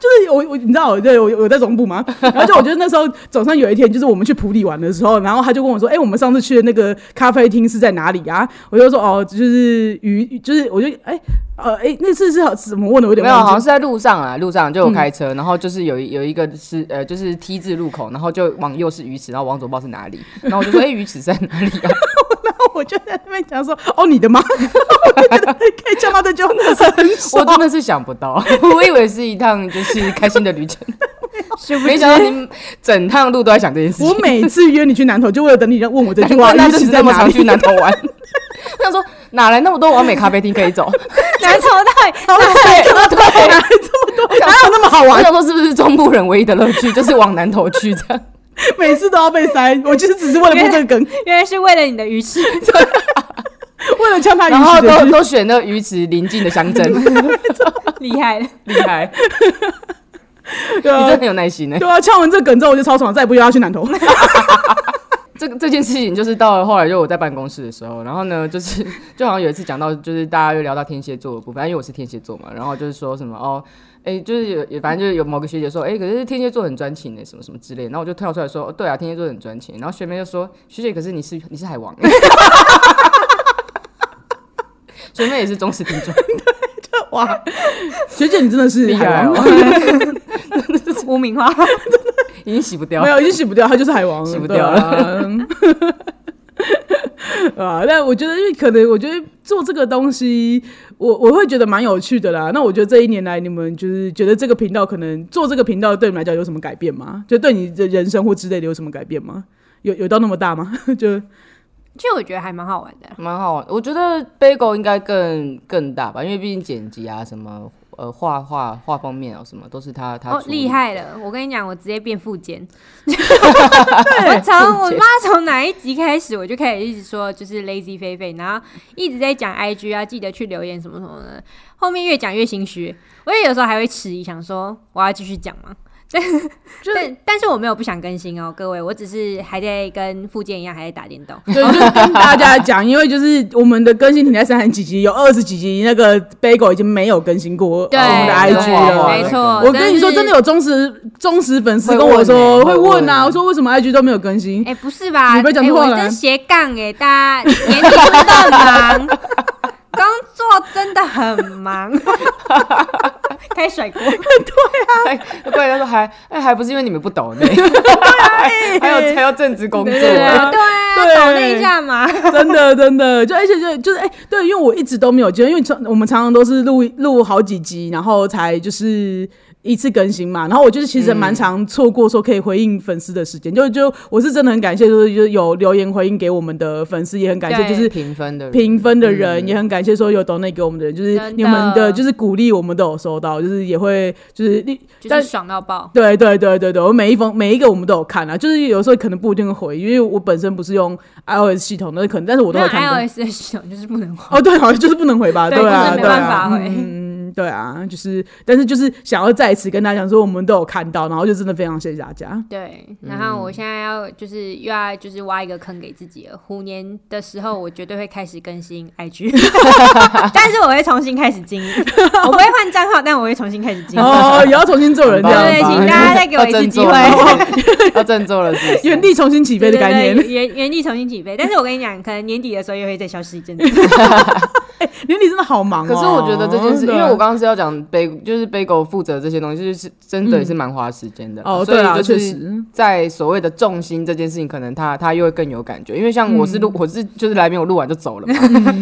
Speaker 1: 就是我我你知道我对我我在总部嘛，然后就我觉得那时候早上有一天，就是我们去普里玩的时候，然后他就跟我说，哎、我们上次去的那个咖啡厅是在哪里啊？我就说哦，就是鱼，就是我就哎、呃哎、那次是好怎么问的，我有点
Speaker 3: 没有，好
Speaker 1: 忘
Speaker 3: 像
Speaker 1: 记。
Speaker 3: 是在路上啊，路上就有开车，然后就是有一有一个是呃，就是 T 字路口，然后就往右是鱼池，然后往左不知道是哪里，然后我就说，哎、鱼池在哪里啊？
Speaker 1: 然后我就在那边讲说，哦，你的吗？ 我就觉得可以叫到这就很
Speaker 3: 我
Speaker 1: 爽。
Speaker 3: 真的是想不到， 我以为是一趟就是开心的旅程，没想到你整趟路都在想这件事
Speaker 1: 我
Speaker 3: 情。
Speaker 1: 每次约你去南头，就为了等你问我这句
Speaker 3: 难
Speaker 1: 话，鱼
Speaker 3: 怪那就
Speaker 1: 池
Speaker 3: 是
Speaker 1: 在
Speaker 3: 那么
Speaker 1: 哪
Speaker 3: 常去
Speaker 1: 里？
Speaker 3: 南头玩。 我想说，哪来那么多完美咖啡厅可以走？
Speaker 2: 南头到底
Speaker 1: 好了，
Speaker 3: 对
Speaker 1: 对，哪
Speaker 3: 对，
Speaker 1: 来这么多？
Speaker 3: 想
Speaker 1: 哪有那么好
Speaker 3: 我
Speaker 1: 玩？
Speaker 3: 想说是不是中部人唯一的乐趣就是往南头去这样？
Speaker 1: 每次都要被塞，我就是只是为了铺这个梗，
Speaker 2: 原来是为了你的鱼翅，
Speaker 1: 为了呛他
Speaker 3: 然
Speaker 1: 鱼
Speaker 3: 后
Speaker 1: 池的
Speaker 3: 都
Speaker 1: 剧。
Speaker 3: 都选那鱼池临近的乡 镇，
Speaker 2: 厉害了。
Speaker 3: 厉害，
Speaker 1: 对
Speaker 3: 你真的
Speaker 1: 啊
Speaker 3: 很有耐心欸呢。
Speaker 1: 对啊，呛完这梗之后我就超爽，再也不约他去 南头。
Speaker 3: 这个这件事情就是到了后来，就我在办公室的时候，然后呢，就是 就好像有一次讲到，就是大家又聊到天蝎座的部分，因为我是天蝎座嘛，然后就是说什么哦，哎，就是有也反正就是有某个学姐说，哎，可是天蝎座很专情的，什么什么之类的，然后我就跳出来说，哦、对啊，天蝎座很专情，然后学妹就说，学姐可是你是你是海王， 学妹也是忠实听众，
Speaker 1: 哇， 学姐你真的是
Speaker 3: 厉
Speaker 1: 海
Speaker 3: 害
Speaker 1: 王，
Speaker 3: 哦，
Speaker 2: 污名化，
Speaker 3: 已经洗不掉
Speaker 1: 啊没，有已经洗不掉，他就是海王，
Speaker 3: 洗不
Speaker 1: 对
Speaker 3: 掉
Speaker 1: 啊。 啊，但我觉得，因为可能我觉得做这个东西，我我会觉得蛮有趣的啦。那我觉得这一年来，你们就是觉得这个频道可能做这个频道对你们来讲有什么改变吗？就对你的人生或之类的有什么改变吗？有有到那么大吗？ 就
Speaker 2: 其实我觉得还蛮好玩的。
Speaker 3: 蛮好玩。我觉得 Bagel 应该更更大吧，因为毕竟剪辑啊什么。呃，画画画封面啊，什么都是他他
Speaker 2: 哦
Speaker 3: 处，理
Speaker 2: 厉！害了！我跟你讲，我直接变副监。我从我妈从哪一集开始，我就开始一直说就是 lazy 菲菲，然后一直在讲 IG 啊，记得去留言什么什么的。后面越讲越心虚，我也有时候还会迟疑，想说我要继续讲吗？
Speaker 1: 就
Speaker 2: 但但是我没有不想更新哦，各位，我只是还在跟副监一样还在打电动。
Speaker 1: 对，就是跟大家讲，因为就是我们的更新停在三十几集，有二十几集那个 Bagel 已经没有更新过
Speaker 2: 对，
Speaker 1: 哦我们的
Speaker 2: 对
Speaker 1: IG
Speaker 3: 对
Speaker 1: 了。
Speaker 2: 没错。
Speaker 1: 我跟你说，
Speaker 2: 是
Speaker 1: 真的有忠实忠实粉丝跟
Speaker 3: 会
Speaker 1: 我
Speaker 3: 问
Speaker 1: 说
Speaker 3: 欸
Speaker 1: 会
Speaker 3: 会
Speaker 1: 问啊，
Speaker 3: 问
Speaker 1: 我说为什么 IG 都没有更新？
Speaker 2: 哎、不是吧？
Speaker 1: 你不要讲
Speaker 2: 哎
Speaker 1: 错
Speaker 2: 我
Speaker 1: 了啊
Speaker 2: 真斜杠哎、大家年底真的很忙，工作真的很 忙，开甩锅，
Speaker 3: 哎，怪他说还哎还不是因为你们不 懂呢，还有还要正职工作，
Speaker 1: 对啊
Speaker 2: 对啊，
Speaker 1: 对
Speaker 2: 抖那一下嘛，
Speaker 1: 真的真的，就而且就就是哎、对，因为我一直都没有接，因为常我们常常都是录录好几集，然后才就是。一次更新嘛，然后我就是其实蛮常错过说可以回应粉丝的时间，就就我是真的很感谢，就是就是有留言回应给我们的粉丝，也很感谢
Speaker 2: 对嗯
Speaker 1: 就是
Speaker 3: 是评分的人
Speaker 1: 评分的人，也很感谢说有 donate 给我们的人，就是
Speaker 2: 真的
Speaker 1: 你们的就是鼓励我们都有收到，就是也会就是你
Speaker 2: 就
Speaker 1: 但
Speaker 2: 是爽到爆。
Speaker 1: 对对对对对，我每一封每一个我们都有看啊，就是有时候可能不一定会回，因为我本身不是用 iOS 系统的，可能但是我都
Speaker 2: 那
Speaker 1: 会看的。
Speaker 2: iOS 的系统就是不能滑，
Speaker 1: 哦，对，好像就是不能回吧，
Speaker 2: 对
Speaker 1: 啊，
Speaker 2: 就是没
Speaker 1: 对
Speaker 2: 办
Speaker 1: 啊
Speaker 2: 法，回
Speaker 1: 嗯，嗯对啊，就是，但是就是想要在此跟大家讲说，我们都有看到，然后就真的非常谢谢大家。
Speaker 2: 对，然后
Speaker 1: 嗯
Speaker 2: 我现在要就是又要就是挖一个坑给自己了。虎年的时候，我绝对会开始更新 IG，但是我会重新开始经营，我不会换账号，但我会重新开始经营。
Speaker 1: 哦，也要重新做人这
Speaker 2: 棒
Speaker 1: 样
Speaker 2: 对
Speaker 1: 子，
Speaker 2: 请大家再给我一次机会
Speaker 3: 要振作了要振作了，是不 是
Speaker 1: 原地重新起飞的
Speaker 2: 对对
Speaker 1: 概
Speaker 2: 对，
Speaker 1: 念。
Speaker 2: 原原地重新起飞。但是我跟你讲，可能年底的时候又会再消失一阵子。
Speaker 1: 年底真的好忙哦。
Speaker 3: 可是我觉得这件事，因
Speaker 1: 对
Speaker 3: 为我刚刚是要讲背，就是背狗负责这些东西，就是真的也是蛮花时间的。
Speaker 1: 哦，
Speaker 3: 所
Speaker 1: 对啊，
Speaker 3: 以就
Speaker 1: 确
Speaker 3: 是
Speaker 1: 实，
Speaker 3: 在所谓的重心这件事情，可能他他又会更有感觉，因为像
Speaker 1: 嗯
Speaker 3: 我是录，我是就是来宾，我录完就 走了嘛。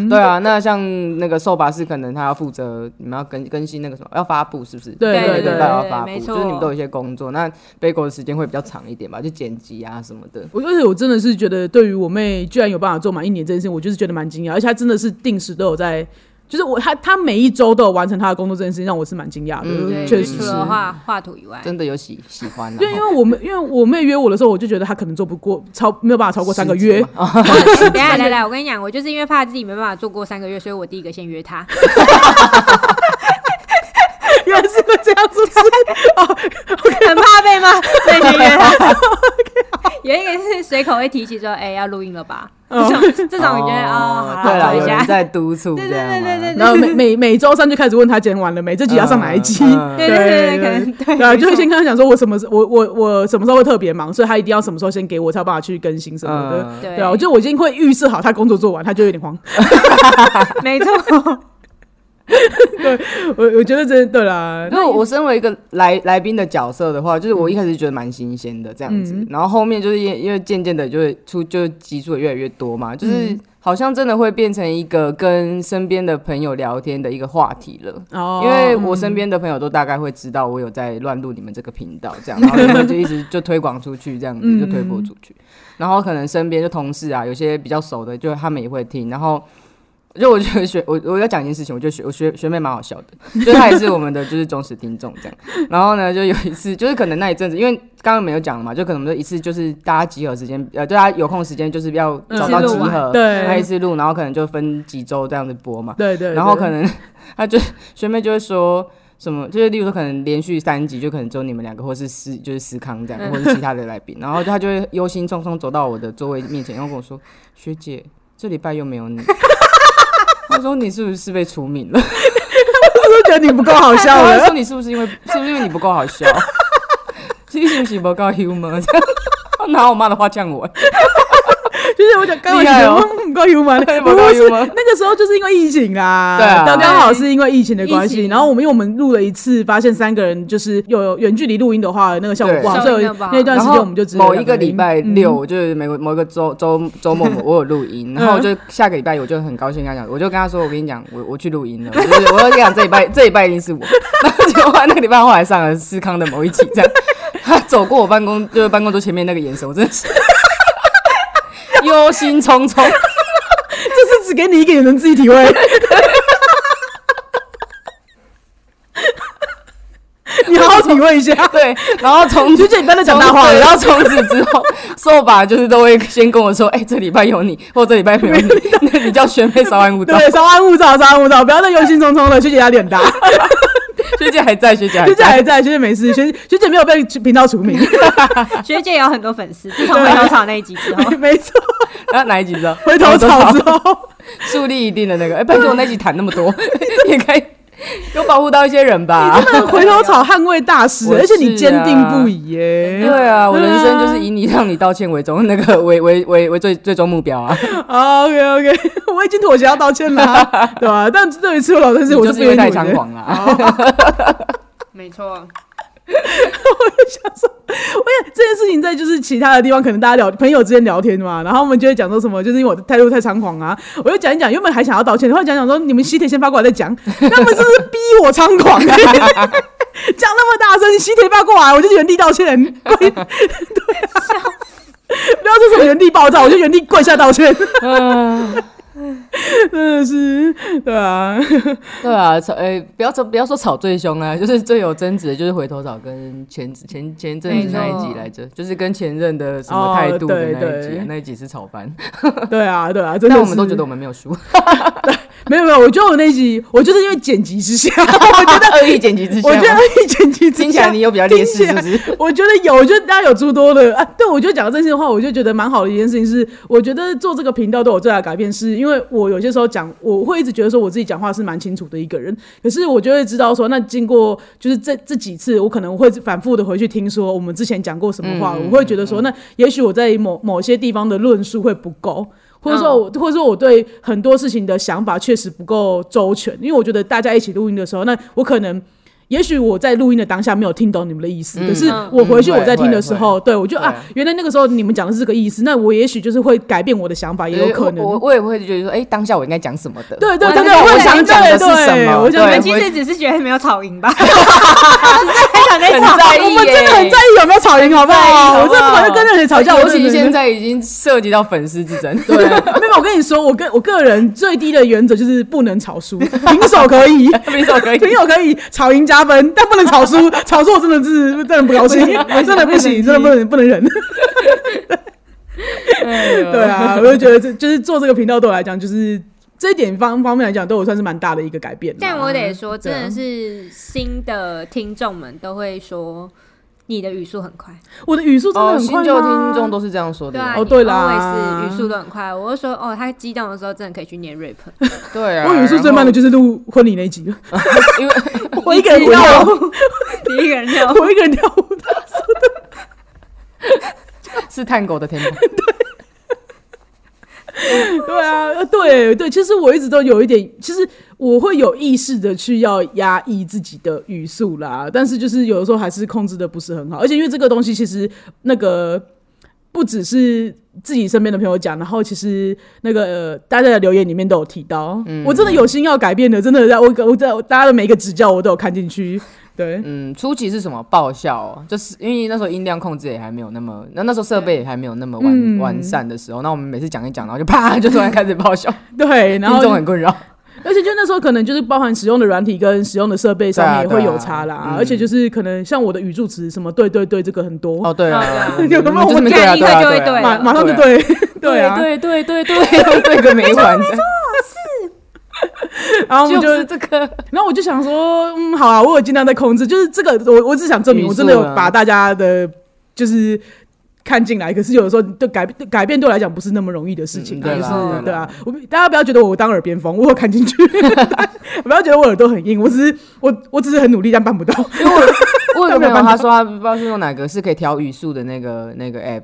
Speaker 3: 对啊，那像那个瘦拔是可能他要负责你们要更更新那个什么，要发布是不是？
Speaker 1: 对对
Speaker 3: 对
Speaker 1: 对
Speaker 3: 对，要发布，
Speaker 2: 没错
Speaker 3: 就是你们都有一些工作，那背狗的时间会比较长一点吧，就剪辑啊什么的。
Speaker 1: 我而且我真的是觉得，对于我妹居然有办法做满一年这件事情，我就是觉得蛮惊讶，而且她真的是定时都有在，就是我她她每一周都有完成她的工作这件事情，让我是蛮惊讶的，
Speaker 3: 嗯
Speaker 2: 对，
Speaker 1: 确、
Speaker 2: 就
Speaker 1: 实
Speaker 2: 除
Speaker 1: 是。
Speaker 2: 了画画图以外，
Speaker 3: 真的有喜喜欢、啊，
Speaker 1: 对，因为我妹，因为我妹约我的时候，我就觉得她可能做不过，超没有办法超过三个
Speaker 3: 十集
Speaker 1: 月
Speaker 3: 嘛。哦
Speaker 2: 等一下来来，我跟你讲，我就是因为怕自己没办法做过三个月，所以我第一个先约他。
Speaker 1: 原来是会这样子，是不是哦，
Speaker 2: 很怕被骂，所以先约他。有一个也是随口会提起说，哎，要录音了吧？
Speaker 1: 哦
Speaker 2: 这种这种，你觉得哦，好
Speaker 3: 对
Speaker 2: 啦
Speaker 3: 啦，
Speaker 2: 做一
Speaker 3: 有人
Speaker 2: 下。
Speaker 3: 在督促
Speaker 2: 对
Speaker 3: 这
Speaker 2: 对
Speaker 3: 样啊
Speaker 2: 对
Speaker 3: 嘛，
Speaker 2: 对对
Speaker 1: 然后每每每周三就开始问他剪完了没，这集要上哪一集？
Speaker 3: 嗯嗯
Speaker 2: 对对对对，可能对，
Speaker 1: 对啊，就
Speaker 2: 没
Speaker 1: 会
Speaker 2: 错
Speaker 1: 先跟他讲说，我什么时我我我什么时候会特别忙，所以他一定要什么时候先给我，才有办法去更新什么的。
Speaker 3: 嗯
Speaker 2: 对
Speaker 1: 对啊，我觉得我已经会预设好他工作做完，他就有点慌。
Speaker 2: 没错，
Speaker 1: 我我觉得真的对啦
Speaker 3: 因，为我身为一个来来宾的角色的话，就是我一开始觉得蛮新鲜的这样子，然后后面就是因因为渐渐的就会出就集数也越来越多嘛，就是好像真的会变成一个跟身边的朋友聊天的一个话题了。
Speaker 1: 哦，
Speaker 3: 因为我身边的朋友都大概会知道我有在乱录你们这个频道，这样，然 后他们就一直就推广出去，这样
Speaker 2: 嗯
Speaker 3: 子就推播出去。然后可能身边就同事啊，有些比较熟的，就他们也会听。然后就我觉得学我我要讲一件事情，我觉得学我学学妹蛮好笑的，就她也是我们的就是忠实听众这样。然后呢，就有一次 就是可能那一阵子，因为刚刚没有讲了嘛，就可能我们就一次就是大家集合时间，呃，对大家有空时间就是要
Speaker 1: 嗯
Speaker 3: 找到
Speaker 2: 嗯一
Speaker 3: 集
Speaker 2: 次录完
Speaker 3: 合，
Speaker 1: 对
Speaker 3: 那一次录，然后可能就分几周这样子播嘛。
Speaker 1: 对对对，
Speaker 3: 然后可能 他就学妹就会说什么，就是例如说可能连续三集就可能只有你们两个，或是思就是思康这样，
Speaker 2: 嗯
Speaker 3: 或是其他的来宾，然后他就会忧心忡忡走到我的座位面前，然后跟我说：“学姐，这礼拜又没有你。” 他说：“你是不是被除名了？”
Speaker 1: 都觉得你不够 好笑
Speaker 3: 他
Speaker 1: 了。
Speaker 3: 说：“你是不是因为是不是因为你不够好笑？ 是是不是不够 humor？” 他拿我妈的话呛我，
Speaker 1: 就是我讲刚刚
Speaker 3: 厉害
Speaker 1: 讲
Speaker 3: 哦
Speaker 1: 嗯不够幽默 的，
Speaker 3: 不
Speaker 1: 不
Speaker 3: 够
Speaker 1: 是
Speaker 3: humor
Speaker 1: 那个时候就是因为疫情啦，
Speaker 3: 对啊
Speaker 1: 刚刚好是因为疫情的关
Speaker 2: 疫
Speaker 1: 系。
Speaker 2: 情
Speaker 1: 然后我们因为我们录了一次，发现三个人就是有远距离录音的话，那个效果不好，
Speaker 2: 对
Speaker 1: 所以
Speaker 2: 效果不好
Speaker 1: 那一段
Speaker 3: 然
Speaker 1: 时
Speaker 3: 后
Speaker 1: 间我们就只有
Speaker 3: 某一
Speaker 1: 两个
Speaker 3: 个
Speaker 1: 人
Speaker 3: 礼拜
Speaker 1: 嗯
Speaker 3: 六，就是每个某一个周周周末我我有录音，然后我就下个礼拜我就很高兴跟他讲，我就跟他说，我跟你讲，我我去录 音了，我就是我就跟你讲这礼拜这礼拜一定是我， 然后结果那个礼拜后来上了思康的某一期，这样他走过我办公就是办公桌前面那个眼神，我真 的是忧心忡忡。
Speaker 1: 这是只给你一个人能自己体 会。你好好体会一下，
Speaker 3: 对，然后从
Speaker 1: 你就觉得你在那讲大话
Speaker 3: 对
Speaker 1: 了
Speaker 3: 然。后从此之后，扫把就是都会先跟我说，哎、这礼拜有你，或这礼拜没有你， 那你叫学妹稍安 勿躁。
Speaker 1: 对，稍安勿躁，稍安勿躁，不要再忧心忡忡了。学姐压力很
Speaker 3: 哎
Speaker 1: 大，
Speaker 3: 学姐还在，学姐还
Speaker 1: 学姐
Speaker 3: 在。
Speaker 1: 还在，学姐没事，学学姐没有被频道除名，
Speaker 2: 学姐有很多粉丝，自从回头草那一集之后，
Speaker 1: 没错，
Speaker 3: 然后啊哪一集知道？
Speaker 1: 回头草之后，
Speaker 3: 树立一定的那个。哎、拜托，我那集谈那么多， 也该有保护到一些人吧？
Speaker 1: 真的回头草捍卫大师，
Speaker 3: 我
Speaker 1: 而且你
Speaker 3: 是
Speaker 1: 坚定
Speaker 3: 啊
Speaker 1: 不移耶、
Speaker 3: 对啊，我
Speaker 1: 对啊
Speaker 3: 人生就是以你让你道歉为终那个为为为为最最终目标啊！
Speaker 1: o k OK，我已经妥协要道歉了啊，对吧、但这一次我老真是我
Speaker 3: 你就是是
Speaker 1: 不愿
Speaker 3: 因为
Speaker 1: 意
Speaker 3: 太
Speaker 1: 妥协
Speaker 3: 猖狂啊了。
Speaker 2: 没错，
Speaker 1: 这件事情在就是其他的地方，可能大家聊朋友之间聊天嘛，然后我们就会讲说什么，就是因为我的态度太猖狂啊，我就讲一讲，原本还想要道歉，然后讲讲说你们喜帖先发过来再讲，他们真是逼我猖狂、讲那么大声，喜帖发过来，我就原地道歉，跪， 对啊，不要说什么原地爆炸，我就原地跪下道 歉，真的是，对啊，
Speaker 3: 对啊，吵哎、不要说不要说吵最凶啊，就是最有争执的就是回头草跟前前前阵子那一集来着，就是跟前任的什么态度的那
Speaker 1: 哦
Speaker 3: 一集、
Speaker 1: 对
Speaker 3: 啊
Speaker 1: 对
Speaker 3: 那一集是吵翻，
Speaker 1: 对啊，对啊，真的是，
Speaker 3: 但我们都觉得我们没有输，
Speaker 1: 没有没有，我觉得我那一集，我就是因为剪辑之下，我觉得。
Speaker 3: 恶意剪辑之下
Speaker 1: 我
Speaker 3: 吗，
Speaker 1: 觉得一剪辑之
Speaker 3: 听起
Speaker 1: 下
Speaker 3: 来你有比较劣势是不是？
Speaker 1: 我觉得有，我觉得大家有诸多的啊。对，我觉得讲到这些的话，我就觉得蛮好的一件事情是，我觉得做这个频道对我最大的改变是，因为我有些时候讲，我会一直觉得说我自己讲话是蛮清楚的一个人，可是我就会知道说，那经过就是这这几次，我可能会反复的回去听说我们之前讲过什么话，
Speaker 3: 嗯
Speaker 1: 我会觉得说，那也许我在某某些地方的论述会不够。或者说
Speaker 3: 嗯
Speaker 1: 我，或者说我对很多事情的想法确实不够周全，因为我觉得大家一起录音的时候，那我可能，也许我在录音的当下没有听懂你们的意思，可是
Speaker 2: 嗯
Speaker 1: 我回去
Speaker 3: 嗯
Speaker 1: 我在听的时候，对我就啊
Speaker 3: 对，
Speaker 1: 原来那个时候你们讲的是这个意思，那我也许就是会改变我的想法，也有可能。
Speaker 3: 我我我也会觉得说，哎、当下我应该讲什么的。
Speaker 1: 对对
Speaker 2: 我
Speaker 1: 对对，
Speaker 2: 我
Speaker 1: 会
Speaker 2: 想
Speaker 1: 对
Speaker 3: 讲的是
Speaker 1: 对
Speaker 3: 什么
Speaker 1: 我
Speaker 2: 我
Speaker 1: 想
Speaker 3: 对
Speaker 1: 讲
Speaker 2: 们其
Speaker 3: 我
Speaker 2: 实只是觉得没有吵赢吧，只是还想再
Speaker 3: 很
Speaker 2: 吵。
Speaker 3: 在意
Speaker 1: 我们真的
Speaker 3: 耶
Speaker 1: 很在意有没有吵赢，好不好？我真的不管是跟任何人吵架，我
Speaker 3: 尤
Speaker 1: 都觉
Speaker 3: 其
Speaker 1: 得
Speaker 3: 现在已经涉及到粉丝之争。
Speaker 1: 对，没有，我跟你说，我跟我个人最低的原则就是不能吵输， 平手可以，
Speaker 3: 平手可以
Speaker 1: 平手可以，吵赢加分，但不能吵输，吵输我真的是真的不高兴，真的不行，真的不能不能忍。 对啊，我就觉得这就是做这个频道对我来讲，就是这一点方方面来讲，对我算是蛮大的一个改变啦。
Speaker 2: 但我得说，真
Speaker 1: 对啊
Speaker 2: 的是新的听众们都会说。你的语速很快，
Speaker 1: 我的语速真的
Speaker 3: 哦，
Speaker 1: 很快
Speaker 3: 新
Speaker 1: 吗？
Speaker 3: 旧听众都是这样说的
Speaker 2: 对啊，
Speaker 3: 啦。
Speaker 1: 哦
Speaker 2: 你
Speaker 1: 对啦
Speaker 2: always 语速都很快。我就说哦，他激动的时候真的可以去念 rap，
Speaker 3: 对啊，
Speaker 1: 我语速最慢的就是录婚礼那一集了，
Speaker 3: 是因为
Speaker 1: 我一个人
Speaker 2: 知
Speaker 1: 跳
Speaker 2: 道
Speaker 1: 舞，
Speaker 2: 第一个人跳。
Speaker 1: 我一个人跳舞的，
Speaker 3: 是探狗的天堂。
Speaker 1: 对啊，呃对对，其实我一直都有一点，其实我会有意识的去要压抑自己的语速啦，但是就是有的时候还是控制的不是很好，而且因为这个东西其实那个不只是自己身边的朋友讲，然后其实那个、呃大家的留言里面都有提到，
Speaker 3: 嗯
Speaker 1: 我真的有心要改变的，真的在我我在大家的每一个指教我都有看进去，对，
Speaker 3: 嗯，初期是什么爆笑、哦？就是因为那时候音量控制也还没有那么，那那时候设备也还没有那么完、
Speaker 1: 嗯
Speaker 3: 完善的时候，那我们每次讲一讲，然后就啪，就突然开始爆笑，
Speaker 1: 对，然
Speaker 3: 听
Speaker 1: 后
Speaker 3: 众很困扰。
Speaker 1: 而且就那时候可能就是包含使用的软体跟使用的设备上面也会有差啦，
Speaker 3: 对啊对啊嗯
Speaker 1: 而且就是可能像我的语助词什么对对对这个很多，
Speaker 3: 哦，对啊，
Speaker 2: 哦
Speaker 1: 对啊
Speaker 3: 嗯
Speaker 1: 有没有
Speaker 3: 就是没对啊，
Speaker 2: 我们这样
Speaker 3: 啊
Speaker 2: 立刻就会
Speaker 3: 对
Speaker 2: 对
Speaker 3: 啊
Speaker 1: 马
Speaker 2: 了
Speaker 1: 马上就对，对啊，
Speaker 3: 对对对对对，对个没完，
Speaker 1: 然后我们
Speaker 3: 就
Speaker 1: 就是
Speaker 3: 这个。
Speaker 1: 然后我就想说，嗯，好啊，我有尽量在控制，就是这个，我我只想证明
Speaker 3: 语速
Speaker 1: 我真的有
Speaker 3: 啊
Speaker 1: 把大家的，就是看进来。可是有的时候对改变改变对我来讲不是那么容易的事情
Speaker 3: 嗯
Speaker 1: 啊，
Speaker 3: 对
Speaker 1: 就
Speaker 3: 啦
Speaker 1: 是
Speaker 3: 对
Speaker 1: 对
Speaker 3: 啦
Speaker 1: 啊。我大家不要觉得我当耳边风，我有看 进去，不要觉得我耳朵很硬，我只是我我只是很努力，但办不到。
Speaker 3: 因为我我 有 个朋友，他说他不知道是用哪个是可以调语速的那个那个 app，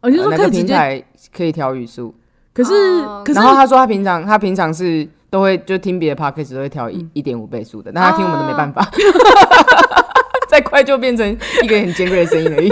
Speaker 1: 哦，你就说
Speaker 3: 呃
Speaker 1: 可以
Speaker 3: 哪个
Speaker 1: 直
Speaker 3: 平
Speaker 1: 接，
Speaker 3: 台可以调语速。
Speaker 1: 可是
Speaker 2: 哦
Speaker 1: 可是
Speaker 3: 然后他说他平常他平常是都会就听别的 podcast 都会调
Speaker 1: 嗯
Speaker 3: 一一点五倍速的，但他听我们的没办法，
Speaker 1: 啊
Speaker 3: 再快就变成一个很尖锐的声 音而已。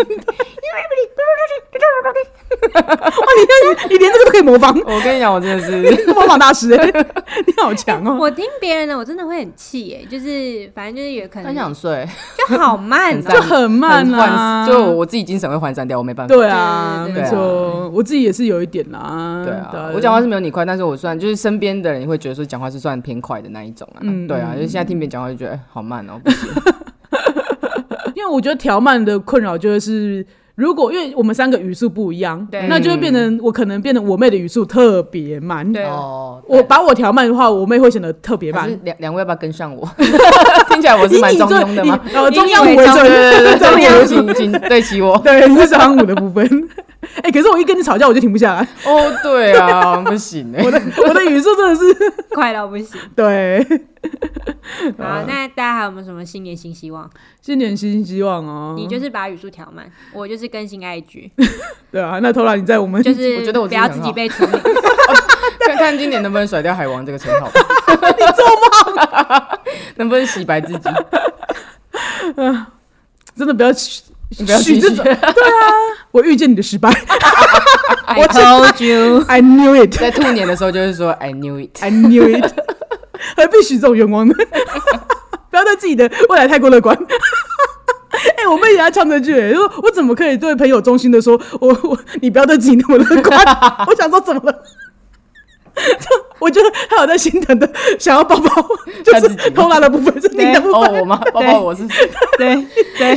Speaker 1: 哇，你看你你连这个都可以模仿，
Speaker 3: 我跟你讲，我真的是
Speaker 1: 模仿大师、 欸，你好强哦、
Speaker 2: 我听别人的，我真的会很气耶，就是反正就是有可
Speaker 3: 很
Speaker 2: 能
Speaker 3: 想睡，
Speaker 2: 就好慢哦，
Speaker 3: 很
Speaker 1: 就很慢
Speaker 3: 哎很
Speaker 1: 啊，
Speaker 3: 涣就我自己精神会涣散掉，我没办法。
Speaker 1: 对啊，
Speaker 2: 对
Speaker 1: 没
Speaker 3: 对对
Speaker 1: 错，我自己也是有一点啦。
Speaker 3: 对啊，我讲话是没有你快，但是我算就是身边的人也会觉得说讲话是算偏快的那一种啊。
Speaker 1: 嗯
Speaker 3: 对啊，
Speaker 1: 嗯
Speaker 3: 就是现在听别人讲话就觉得、哎好慢哦，不行
Speaker 1: 因为我觉得调慢的困扰就是，如果因为我们三个语速不一样，
Speaker 2: 对
Speaker 1: 那就会变
Speaker 3: 嗯
Speaker 1: 成我可能变成我妹的语速特别慢。
Speaker 2: 对
Speaker 3: 哦。
Speaker 1: 我把我调慢的话，我妹会显得特别
Speaker 3: 还
Speaker 1: 慢
Speaker 3: 是。两两位要不要跟 上我？听起来我
Speaker 1: 以
Speaker 3: 是蛮
Speaker 1: 你
Speaker 3: 中
Speaker 1: 这
Speaker 3: 庸的嘛。
Speaker 1: 以呃，中
Speaker 2: 以
Speaker 1: 央
Speaker 2: 你
Speaker 1: 五
Speaker 2: 为
Speaker 1: 为
Speaker 2: 中
Speaker 1: 准，
Speaker 3: 对对
Speaker 1: 中
Speaker 3: 对
Speaker 1: 央
Speaker 3: 对，请请对齐我。
Speaker 1: 对，你是中央五的部分。 哎、可是我一跟你吵架，我就停不下来，
Speaker 3: 哦，对啊，不行 哎、
Speaker 1: 我的我的语速真的是
Speaker 2: 快到不行。
Speaker 1: 对。
Speaker 2: 好，那大家还有没有什么新年新希望？
Speaker 1: 新年新希望哦，
Speaker 2: 你就是把语速调慢，我就是更新 IG，
Speaker 1: 对啊，那偷懒你 在我们
Speaker 2: 就
Speaker 3: 我
Speaker 2: 是
Speaker 3: 觉得
Speaker 2: 不
Speaker 3: 我自己很
Speaker 2: 要自
Speaker 3: 好
Speaker 2: 己被处理。
Speaker 3: 看看今年能不能甩掉海王这个称 号， 能不能洗白 自 己？
Speaker 1: 真的不要许
Speaker 3: 你不要
Speaker 1: 许
Speaker 3: 继
Speaker 1: 这
Speaker 3: 续
Speaker 1: 种，啊我遇见你的失败
Speaker 2: I told you，
Speaker 1: ，I knew it。
Speaker 3: 在兔年的时候就是说 I knew it。
Speaker 1: I knew it，何 必许这种愿望呢？ 不要对自己的未来太过乐观。 哎、我被人家呛这句、欸，说我怎么可以对朋友衷心的说，我我你不要对自己那么乐 观？我想说怎么了？ 就我觉得他有在心疼的想要抱抱，就
Speaker 3: 他自己
Speaker 1: 是偷懒的部分是你的部
Speaker 3: 哦
Speaker 1: 分，，
Speaker 3: 我吗？包括我是，
Speaker 2: 对 对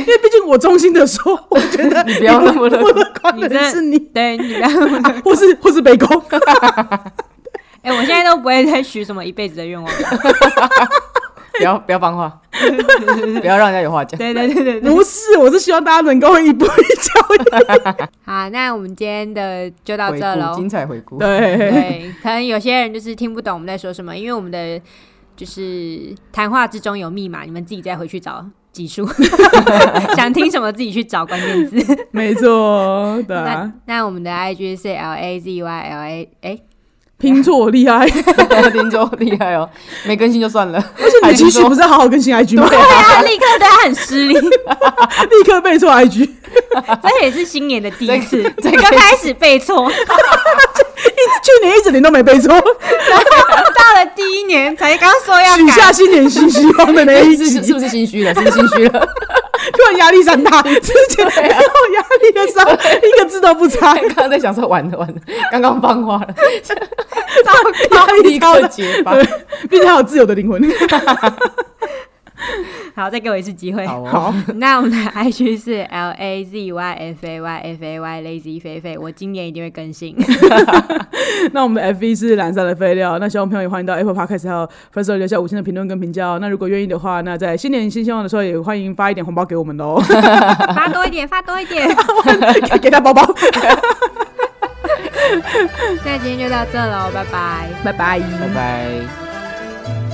Speaker 1: 因为毕竟我衷心的 说，我觉得
Speaker 3: 你不要那么 乐
Speaker 1: 不乐观的
Speaker 2: 你真
Speaker 1: 人
Speaker 2: 的
Speaker 1: 是你，
Speaker 2: 对，你不要。
Speaker 1: 啊、或是 或是北 宫。
Speaker 2: 哎，我现在都不会再许什么一辈子的愿望了。
Speaker 3: 不要不要放 话，不要让人家有话讲。
Speaker 2: 对对对对对。
Speaker 1: 不是，我是希望大家能够一步一 脚印。
Speaker 2: 好，那我们今天的就到
Speaker 3: 回
Speaker 2: 这
Speaker 3: 顾
Speaker 2: 喽。
Speaker 3: 精彩回 顾，
Speaker 1: 对，
Speaker 2: 对，可能有些人就是听不懂我们在说什么，因为我们的就是谈话之中有密码，你们自己再回去找级数， 想听什么自己去找关键字。
Speaker 1: 没错，对啊
Speaker 2: 那。那我们的 IG 是 L A Z Y L A，哎、
Speaker 1: 拼错厉 害，而
Speaker 3: 听说厉害哦，没更新就算了，
Speaker 1: 且
Speaker 3: 还
Speaker 1: 你情绪
Speaker 3: 说
Speaker 1: 不是好好更新 IG 吗？
Speaker 2: 对啊， 立刻对他很失 礼，
Speaker 1: 立刻背错 IG，一
Speaker 2: 这也是新年的第一次，
Speaker 3: 这
Speaker 2: 刚
Speaker 3: 个
Speaker 2: 开始背错，
Speaker 1: 去年一整年都没背错，
Speaker 2: 到了第一年才刚说要
Speaker 1: 许
Speaker 2: 改
Speaker 1: 下，新年新希望的那一集
Speaker 3: 是是， 是不是心虚了？是不是心虚了？
Speaker 1: 突然压力山 大，
Speaker 3: 啊
Speaker 1: 之前没有压力的时候一个字都不 差，
Speaker 3: 刚刚在想说完了完了，刚刚放话了，
Speaker 1: 压力
Speaker 3: 立
Speaker 1: 超
Speaker 3: 刻
Speaker 1: 大，
Speaker 3: 结巴。
Speaker 1: 对，毕竟还有自由的灵魂。
Speaker 2: 好，再给我一次机会。
Speaker 3: 好、哦，
Speaker 2: 那我们的 IG 是 L A Z Y F A Y F A Y Lazy 菲菲，我今年一定会更新。
Speaker 1: 那我们的 F 一是懒散的废料，那希望朋友也欢迎到 Apple Podcast 还有 First Story 留下五星的评论跟评价哦。那如果愿意的话，那在新年新希望的时候，也欢迎发一点红包给我们喽，
Speaker 2: 发多一点，发多一点。
Speaker 1: 给给他包包，
Speaker 2: 那今天就到这喽，拜拜。
Speaker 1: 拜拜。
Speaker 3: 拜拜。